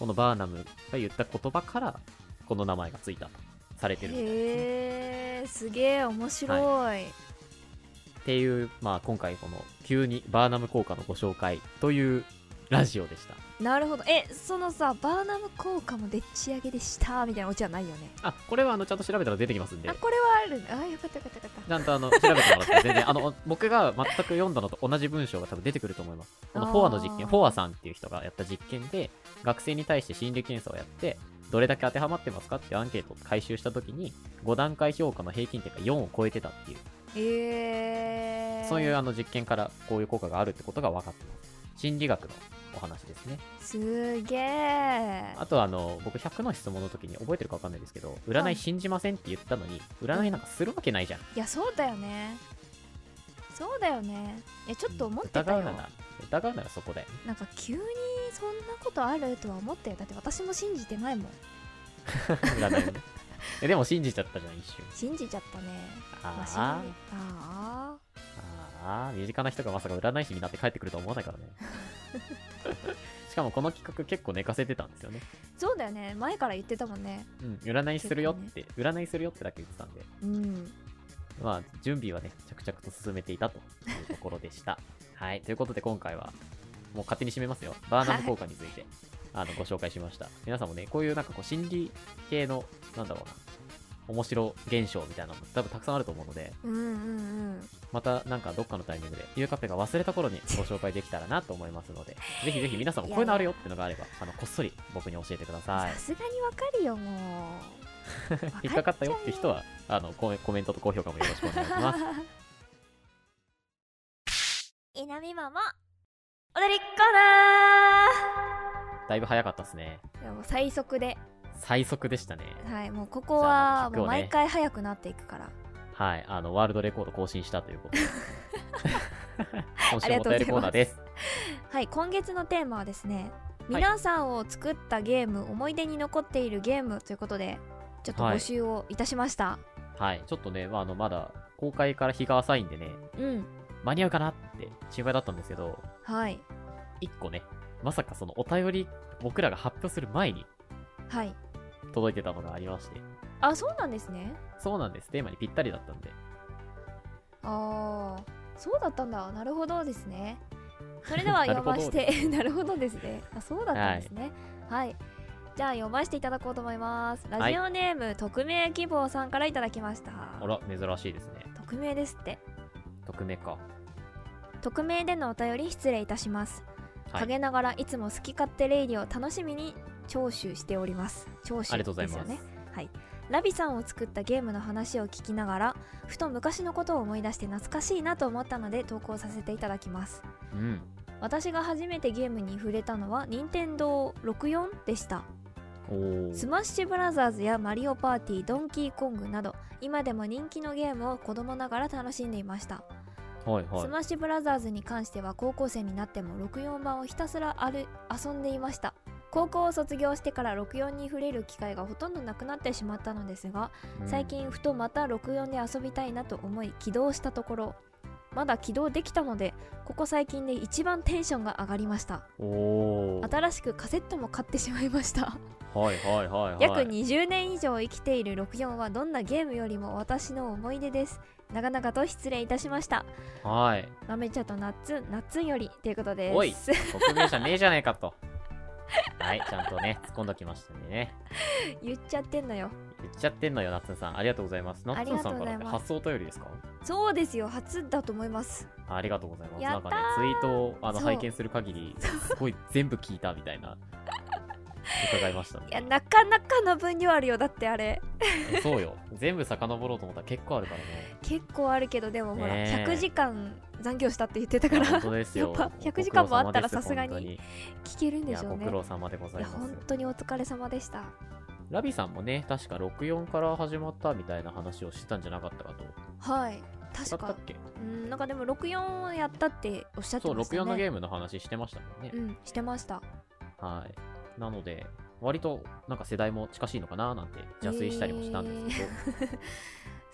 [SPEAKER 1] このバーナムが言った言葉からこの名前がついたとされてるみたいですね
[SPEAKER 2] へえすげえ面白い、
[SPEAKER 1] っていう、まあ、今回この急にバーナム効果のご紹介というラジオでした
[SPEAKER 2] なるほどえそのさバーナム効果もでっち上げでしたみたいなオチはないよね
[SPEAKER 1] あこれはあのちゃんと調べたら出てきますんで
[SPEAKER 2] あこれはあるねあよかったよかったよかっ
[SPEAKER 1] ちゃんとあの調べてもらって全然あの僕が全く読んだのと同じ文章が多分出てくると思いますこのフォアの実
[SPEAKER 2] あー
[SPEAKER 1] 験フォアさんっていう人がやった実験で学生に対して心理検査をやってどれだけ当てはまってますかっていうアンケートを回収した時に5段階評価の平均点が4を超えてたっていう
[SPEAKER 2] たへえ
[SPEAKER 1] そういうあの実験からこういう効果があるってことが分かってます心理学のお話ですね
[SPEAKER 2] すげえ
[SPEAKER 1] あとあの僕100の質問の時に覚えてるか分かんないですけど占い信じませんって言ったのに占いなんかするわけないじゃん
[SPEAKER 2] いやそうだよねそうだよねいやちょっと思ってた
[SPEAKER 1] 疑
[SPEAKER 2] よ
[SPEAKER 1] うなら疑うならそ こだよね
[SPEAKER 2] なんか急にそんなことあるとは思ったよだって私も信じてないもん
[SPEAKER 1] 占いをねえでも信じちゃったじゃん一瞬
[SPEAKER 2] 信じちゃったねまあ信じ
[SPEAKER 1] あー
[SPEAKER 2] あー
[SPEAKER 1] あー身近な人がまさか占い師になって帰ってくるとは思わない からねしかもこの企画結構寝かせてたんですよね、
[SPEAKER 2] そうだよね前から言ってたもんね
[SPEAKER 1] うん、占いするよって、占いするよってだけ言ってたんで
[SPEAKER 2] うん
[SPEAKER 1] まあ準備はね着々と進めていたというところでした はいということで今回はもう勝手に締めますよバーナム効果について、あのご紹介しました皆さんもねこういうなんかこう心理系のなんだろうな面白現象みたいなのも多分たくさんあると思うので、
[SPEAKER 2] うんうんうん
[SPEAKER 1] またなんかどっかのタイミングで、ゆうカッペが忘れた頃 にご紹介できたらなと思いますので、ぜひぜひ皆さんもこういうのあるよっていうのがあれば、あのこっそり僕に教えてください
[SPEAKER 2] さ。すがにわかるよもう
[SPEAKER 1] 引っかかったよっていう人は、あのコメコメントと高評価もよろしくお願いします。
[SPEAKER 2] 稲見ママ踊りっこな
[SPEAKER 1] だいぶ早かったですね。
[SPEAKER 2] ーいやもう最速で
[SPEAKER 1] 最速でしたね。
[SPEAKER 2] はいもうここ
[SPEAKER 1] じゃあ
[SPEAKER 2] は
[SPEAKER 1] もう聞く
[SPEAKER 2] も
[SPEAKER 1] よね
[SPEAKER 2] う毎回速くなっていくから
[SPEAKER 1] はい、あの、ワールドレコード更新したということで。今週もお
[SPEAKER 2] ありがとうございます
[SPEAKER 1] 便りコーナーです。
[SPEAKER 2] はい今月のテーマはですね皆さんを作ったゲーム、思い出に残っているゲームということでちょっと
[SPEAKER 1] はい
[SPEAKER 2] 募集をいたしました、
[SPEAKER 1] はい、ちょっとね、まあ、あの、まだ公開から日が浅いんでね、
[SPEAKER 2] うん
[SPEAKER 1] 間に合うかなって心配だったんですけど、
[SPEAKER 2] はい
[SPEAKER 1] 一個ね、まさかそのお便り、僕らが発表する前に
[SPEAKER 2] はい
[SPEAKER 1] 届いてたのがありまして、
[SPEAKER 2] あそうなんですね
[SPEAKER 1] そうなんです、テーマにぴったりだったんで。
[SPEAKER 2] ああそうだったんだなるほどで すねそれでは
[SPEAKER 1] なる
[SPEAKER 2] 読
[SPEAKER 1] ほど
[SPEAKER 2] まして なるほどですねあそうだったんですねはい、じゃあ読ませていただこうと思いますラジオネーム、匿名希望さんからいただきました
[SPEAKER 1] あら、珍しいですね。
[SPEAKER 2] 匿名ですって
[SPEAKER 1] 匿名か。
[SPEAKER 2] 匿名でのお便り失礼いたします、
[SPEAKER 1] はい。あり
[SPEAKER 2] 陰ながらいつも好き勝手レイディを楽しみに聴取しております聴取
[SPEAKER 1] がとうござい
[SPEAKER 2] ですよ
[SPEAKER 1] ます。
[SPEAKER 2] ねラビさんを作ったゲームの話を聞きながらふと昔のことを思い出して懐かしいなと思ったので投稿させていただきます
[SPEAKER 1] うん。
[SPEAKER 2] 私が初めてゲームに触れたのは任天堂64でした
[SPEAKER 1] お
[SPEAKER 2] ス
[SPEAKER 1] ー。
[SPEAKER 2] マッシュブラザーズやマリオパーティードンキーコングなど今でも人気のゲームを子供ながら楽しんでいました、
[SPEAKER 1] はいは
[SPEAKER 2] スマッシュブラザーズに関しては高校生になっても64版をひたすらある遊んでいました高校を卒業してから64に触れる機会がほとんどなくなってしまったのですが
[SPEAKER 1] い。
[SPEAKER 2] 最近ふとまた64で遊びたいなと思い起動したところまだ起動できたのでここ最近で一番テンションが上がりました
[SPEAKER 1] うん。おー。
[SPEAKER 2] 新しくカセットも買ってしまいました、
[SPEAKER 1] はいはいはいはい。
[SPEAKER 2] 約20年以上生きている64はどんなゲームよりも私の思い出です長々と失礼いたしました
[SPEAKER 1] はい。
[SPEAKER 2] 豆茶とナッツナッツンよりということです
[SPEAKER 1] おい匿名じゃねえじゃねえかと。はい、ちゃんとね、突っ込んどきましたんでね。
[SPEAKER 2] 言っちゃってんのよ
[SPEAKER 1] 言っちゃってんのよ、ナッツンさん。ありがとうございます。ナッツンさんからね、発送とよりですか
[SPEAKER 2] そうですよ初だと思います
[SPEAKER 1] ありがとうございます。
[SPEAKER 2] や
[SPEAKER 1] な
[SPEAKER 2] っ
[SPEAKER 1] ん
[SPEAKER 2] た
[SPEAKER 1] か
[SPEAKER 2] ー
[SPEAKER 1] ね、ツイートをあの
[SPEAKER 2] そう
[SPEAKER 1] 拝見する限り、すごい全部聞いたみたい な、伺いましたね
[SPEAKER 2] いやなかなかの分量あるよだってあれ
[SPEAKER 1] そうよ。全部遡ろうと思ったら結構あるから ね。
[SPEAKER 2] 結構あるけどでもほら、
[SPEAKER 1] ねえ
[SPEAKER 2] 100時間残業したって言ってた
[SPEAKER 1] い
[SPEAKER 2] か
[SPEAKER 1] や
[SPEAKER 2] ら
[SPEAKER 1] 本
[SPEAKER 2] 聞
[SPEAKER 1] 当ですよ。
[SPEAKER 2] やっぱ
[SPEAKER 1] ご
[SPEAKER 2] 100時間もあった
[SPEAKER 1] ご
[SPEAKER 2] ら
[SPEAKER 1] 苦労様です
[SPEAKER 2] さすがに
[SPEAKER 1] 本当い
[SPEAKER 2] けるんで
[SPEAKER 1] や、
[SPEAKER 2] しょう
[SPEAKER 1] ご
[SPEAKER 2] ね
[SPEAKER 1] 苦労様でござ
[SPEAKER 2] い
[SPEAKER 1] い
[SPEAKER 2] や
[SPEAKER 1] ます
[SPEAKER 2] 本。当にお疲れ様でした
[SPEAKER 1] ラビさんもね、確か64から始まったみたいな話をしてたんじゃなかったかと。
[SPEAKER 2] はい確
[SPEAKER 1] だった
[SPEAKER 2] か
[SPEAKER 1] っけ
[SPEAKER 2] うんなんかでも64をやったっておっしゃって
[SPEAKER 1] そう、
[SPEAKER 2] ましたね
[SPEAKER 1] 64のゲームの話してましたもんね。
[SPEAKER 2] うんしてました
[SPEAKER 1] はい。なので、割となんか世代も近しいのかななんて邪推したりもしたんですけど、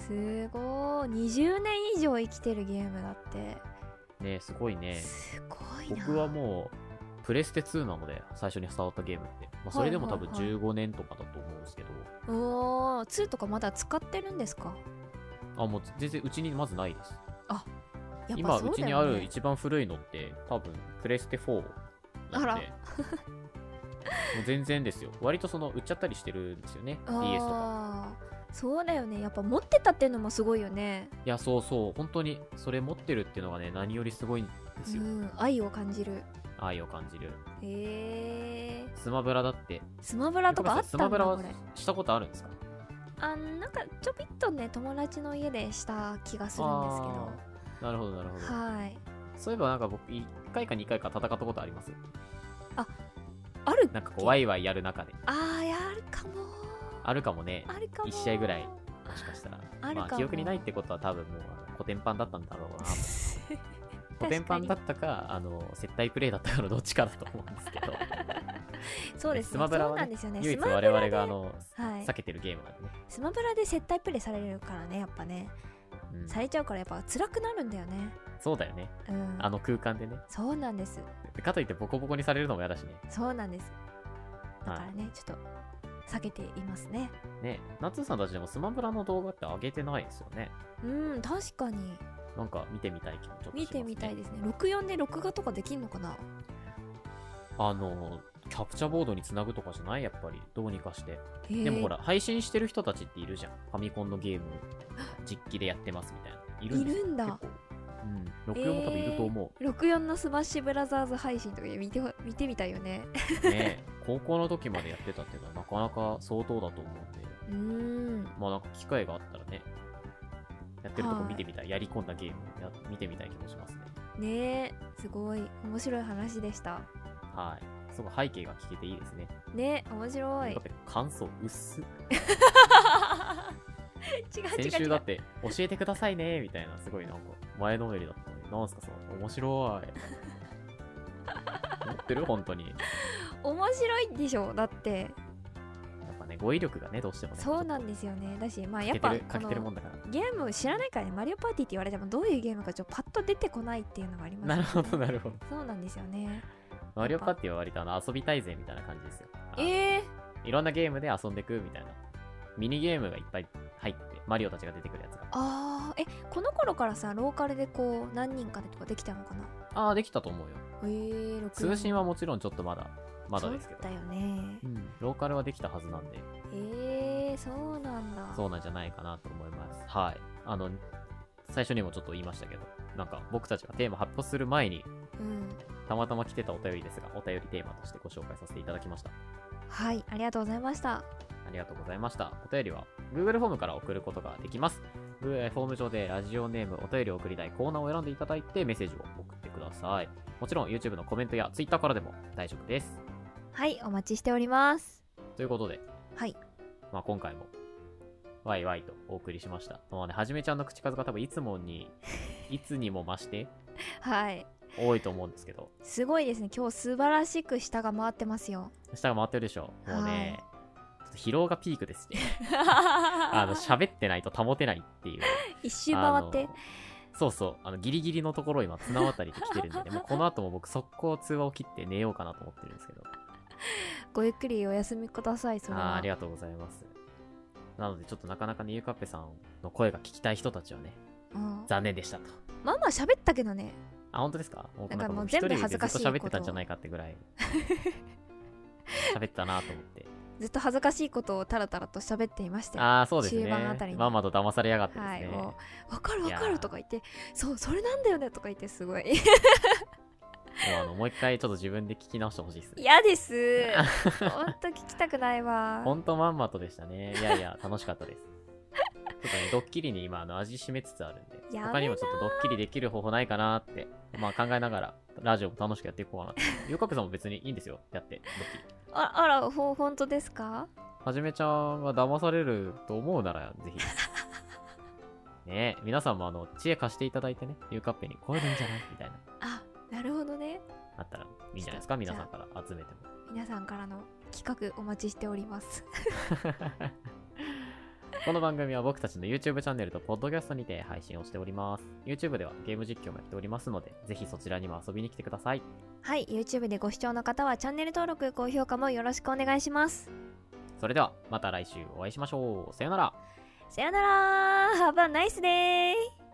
[SPEAKER 2] すごい20年以上生きてるゲームだって
[SPEAKER 1] ね、すごいね。
[SPEAKER 2] すごいな
[SPEAKER 1] 僕はもう、プレステ2なので、最初に触ったゲームって。まあ、それでも多分
[SPEAKER 2] はいはい
[SPEAKER 1] 15年とかだと思うんですけど、
[SPEAKER 2] おー2とかまだ使ってるんですか
[SPEAKER 1] あ、もう全然うちにまずないです。
[SPEAKER 2] やっ
[SPEAKER 1] 今、
[SPEAKER 2] ぱ
[SPEAKER 1] う
[SPEAKER 2] そう
[SPEAKER 1] ち
[SPEAKER 2] だ
[SPEAKER 1] にあ
[SPEAKER 2] よ
[SPEAKER 1] る
[SPEAKER 2] ね
[SPEAKER 1] 一番古いのって、多分プレステ4なの
[SPEAKER 2] あら
[SPEAKER 1] で。もう全然ですよ。割とその、売っちゃったりしてるんですよね。DS とか。
[SPEAKER 2] あーそうだよねやっぱ持ってたっていうのもすごいよね
[SPEAKER 1] いや、そうそう。本当に、それ持ってるっていうのがね、何よりすごいんです
[SPEAKER 2] う
[SPEAKER 1] よ。
[SPEAKER 2] ん愛を感じる
[SPEAKER 1] 愛を感じる。
[SPEAKER 2] へえ
[SPEAKER 1] スマブラだって、
[SPEAKER 2] スマブラとかあった
[SPEAKER 1] ス
[SPEAKER 2] ん
[SPEAKER 1] マブ
[SPEAKER 2] だ
[SPEAKER 1] ラ
[SPEAKER 2] こ
[SPEAKER 1] は
[SPEAKER 2] れ
[SPEAKER 1] したことあるんですか
[SPEAKER 2] あなんかちょびっとね友達の家でした気がするんですけど
[SPEAKER 1] あーなるほどなるほど
[SPEAKER 2] はい
[SPEAKER 1] そういえばなんか僕1回か2回か戦ったことあります
[SPEAKER 2] ある
[SPEAKER 1] なんかこうワイワイやる中で
[SPEAKER 2] あーやるかも
[SPEAKER 1] あるかもね
[SPEAKER 2] あるかも
[SPEAKER 1] 一試合ぐらいもしかしたら
[SPEAKER 2] あるかも
[SPEAKER 1] まあ記憶にないってことは多分もう あの古典版だったんだろうな古典版だったかあの接待プレイだったかのどっちかだと思うんです けど
[SPEAKER 2] そうですね
[SPEAKER 1] スマブラはね
[SPEAKER 2] そうなんです
[SPEAKER 1] 唯
[SPEAKER 2] よね
[SPEAKER 1] 一
[SPEAKER 2] スマブ
[SPEAKER 1] 我
[SPEAKER 2] ラ
[SPEAKER 1] 々
[SPEAKER 2] で
[SPEAKER 1] があの
[SPEAKER 2] はい
[SPEAKER 1] 避けてるゲームなんでね
[SPEAKER 2] スマブラで接待プレイされるからねやっぱね
[SPEAKER 1] うん
[SPEAKER 2] されちゃうからやっぱ辛くなるんだよね
[SPEAKER 1] そうだよね
[SPEAKER 2] うん
[SPEAKER 1] あの空間でね
[SPEAKER 2] そうなんです
[SPEAKER 1] かといってボコボコにされるのも嫌だしね
[SPEAKER 2] そうなんですだ
[SPEAKER 1] は
[SPEAKER 2] からねちょっと避けていますね
[SPEAKER 1] いね夏さんたちでもスマブラの動画って上げてないですよね
[SPEAKER 2] うん確かに
[SPEAKER 1] なんか見てみたい気もちょっとします、ね、
[SPEAKER 2] 見てみたいですね64で録画とかできるのかな
[SPEAKER 1] あのキャプチャボードにつなぐとかじゃないやっぱり。どうにかして。
[SPEAKER 2] へえ
[SPEAKER 1] でもほら、配信してる人たちっているじゃん。ファミコンのゲーム、実機でやってますみたいな。いるんですよ
[SPEAKER 2] いるんだ
[SPEAKER 1] 結構うん。64も多分いると思う。
[SPEAKER 2] えー64のスマッシュブラザーズ配信とか見てほ見てみたいよね
[SPEAKER 1] ね、高校の時までやってたっていうのはなかなか相当だと思うんで、
[SPEAKER 2] うーん
[SPEAKER 1] まあなんか機会があったらね、やってるとこ見てみたい、やり込んだゲームや見てみたい気もしますね。
[SPEAKER 2] ねえすごい面白い話でした
[SPEAKER 1] はい。すごい背景が聞けていいですね。
[SPEAKER 2] ね面白い
[SPEAKER 1] だって感想薄っ。
[SPEAKER 2] 違う違
[SPEAKER 1] 先
[SPEAKER 2] う違
[SPEAKER 1] 週だっ
[SPEAKER 2] う
[SPEAKER 1] て教えてくださいねみたいな、すごいなんか前のめりだったのに、なんすかその面白い。持ってる本当に。や
[SPEAKER 2] 面白いでしょだって
[SPEAKER 1] っぱね、語彙力がね、どうしてもね。
[SPEAKER 2] そうなん
[SPEAKER 1] で
[SPEAKER 2] ですよねだしまあ
[SPEAKER 1] や
[SPEAKER 2] や
[SPEAKER 1] っ
[SPEAKER 2] っぱ
[SPEAKER 1] ぱ
[SPEAKER 2] こ
[SPEAKER 1] 欠けてるも
[SPEAKER 2] の
[SPEAKER 1] んだから。
[SPEAKER 2] ゲーム知らないからねマリオパーティーって言われてもどういうゲームかちょっとパッと出てこないっていうのがあります
[SPEAKER 1] なるほど、なるほど。
[SPEAKER 2] そうなんですよね
[SPEAKER 1] マリオパーティーは割とあの遊びたいぜみたいな感じですよ。あの
[SPEAKER 2] ええ
[SPEAKER 1] いろんなゲームで遊んでくみたいな。ミニゲームがいっぱい入って、マリオたちが出てくるやつが。
[SPEAKER 2] あーえこの頃からさローカルでこう何人かでとかできたのかな
[SPEAKER 1] ああ、できたと思うよ。
[SPEAKER 2] えー、64
[SPEAKER 1] 通信はもちろんちょっとまだ、まだですけど
[SPEAKER 2] そう。だよね
[SPEAKER 1] うん、ローカルはできたはずなんで、
[SPEAKER 2] えー、そうなんだ
[SPEAKER 1] そうなんじゃないかなと思います。はい。あの、最初にもちょっと言いましたけど、なんか僕たちがテーマ発表する前に、
[SPEAKER 2] うん
[SPEAKER 1] たまたま来てたお便りですが、お便りテーマとしてご紹介させていただきました。
[SPEAKER 2] はいありがとうございました
[SPEAKER 1] ありがとうございました。お便りは Google フォームから送ることができます。Google フォーム上でラジオネーム、お便りを送りたいコーナーを選んでいただいてメッセージを送ってください。もちろん YouTube のコメントや Twitter からでも大丈夫です。
[SPEAKER 2] はいお待ちしております
[SPEAKER 1] ということで、
[SPEAKER 2] はい
[SPEAKER 1] まあ、今回もワイワイとお送りしました。まあね、はじめちゃんの口数が多分いつも に、いつにも増して
[SPEAKER 2] はい
[SPEAKER 1] 多いと思うんですけど、
[SPEAKER 2] すごいですね今日素晴らしく下が回ってますよ
[SPEAKER 1] 下が回ってるでしょ。もうね、ちょっと疲労がピークです ね。あ
[SPEAKER 2] あ
[SPEAKER 1] の、喋ってないと保てないっていう。
[SPEAKER 2] 一周回っ
[SPEAKER 1] あ
[SPEAKER 2] て
[SPEAKER 1] のそうそうあのギリギリのところを今綱渡りで来てるんで、ね、もうこの後も僕速攻通話を切って寝ようかなと思ってるんですけど
[SPEAKER 2] ごゆっくりお休みくださいそれ
[SPEAKER 1] あー
[SPEAKER 2] は
[SPEAKER 1] ありがとうございますなのでちょっとなかなかねゆうかっぺさんの声が聞きたい人たちはね
[SPEAKER 2] うん
[SPEAKER 1] 残念でしたと
[SPEAKER 2] まあまあ喋ったけどね
[SPEAKER 1] あ本当ですか僕
[SPEAKER 2] なんかもう
[SPEAKER 1] 一人
[SPEAKER 2] 全部恥ずかしい
[SPEAKER 1] でずっと喋ってたんじゃないかってぐらい喋ったなと思 って
[SPEAKER 2] ずっと恥ずかしいことをタラタラと喋っていましたよ
[SPEAKER 1] ああそうですね
[SPEAKER 2] 終盤あたりに
[SPEAKER 1] まんまと騙されやがってです
[SPEAKER 2] はい
[SPEAKER 1] ね、
[SPEAKER 2] もう「わかる
[SPEAKER 1] い
[SPEAKER 2] わ
[SPEAKER 1] やー
[SPEAKER 2] かる」とか言って「そうそれなんだよね」とか言ってすごい
[SPEAKER 1] もうあのもう一回ちょっと自分で聞き直して ほしいですね
[SPEAKER 2] 嫌です ほんと聞きたくないわ
[SPEAKER 1] ほんとまんまとでしたね。いやいや、楽しかったです。 ちょっとね、ドッキリに今、あの、味しめつつあるんで、
[SPEAKER 2] やめな
[SPEAKER 1] 他にもちょっとドッキリできる方法ないかなって、まあ考えながら、ラジオも楽しくやっていこうかなって。ゆうかくさんも別にいいんですよ、やって、ドッキリ。
[SPEAKER 2] ああらほほんとですか
[SPEAKER 1] はじめちゃんが騙されると思うなら、ぜひ。 ねえ、皆さんもあの、知恵貸していただいてね、ゆうかっぺに、こういうのいいんじゃないみたいな、
[SPEAKER 2] あなるほどね
[SPEAKER 1] あったらいいんじゃないですか、皆さんから集めても。
[SPEAKER 2] 皆さんからの企画お待ちしております
[SPEAKER 1] この番組は僕たちの YouTube チャンネルと Podcast にて配信をしております。YouTube ではゲーム実況もやっておりますので、ぜひそちらにも遊びに来てください。
[SPEAKER 2] はい YouTube でご視聴の方はチャンネル登録高評価もよろしくお願いします
[SPEAKER 1] それでは、また来週お会いしましょう。さよなら。
[SPEAKER 2] さよなら Have a nice day!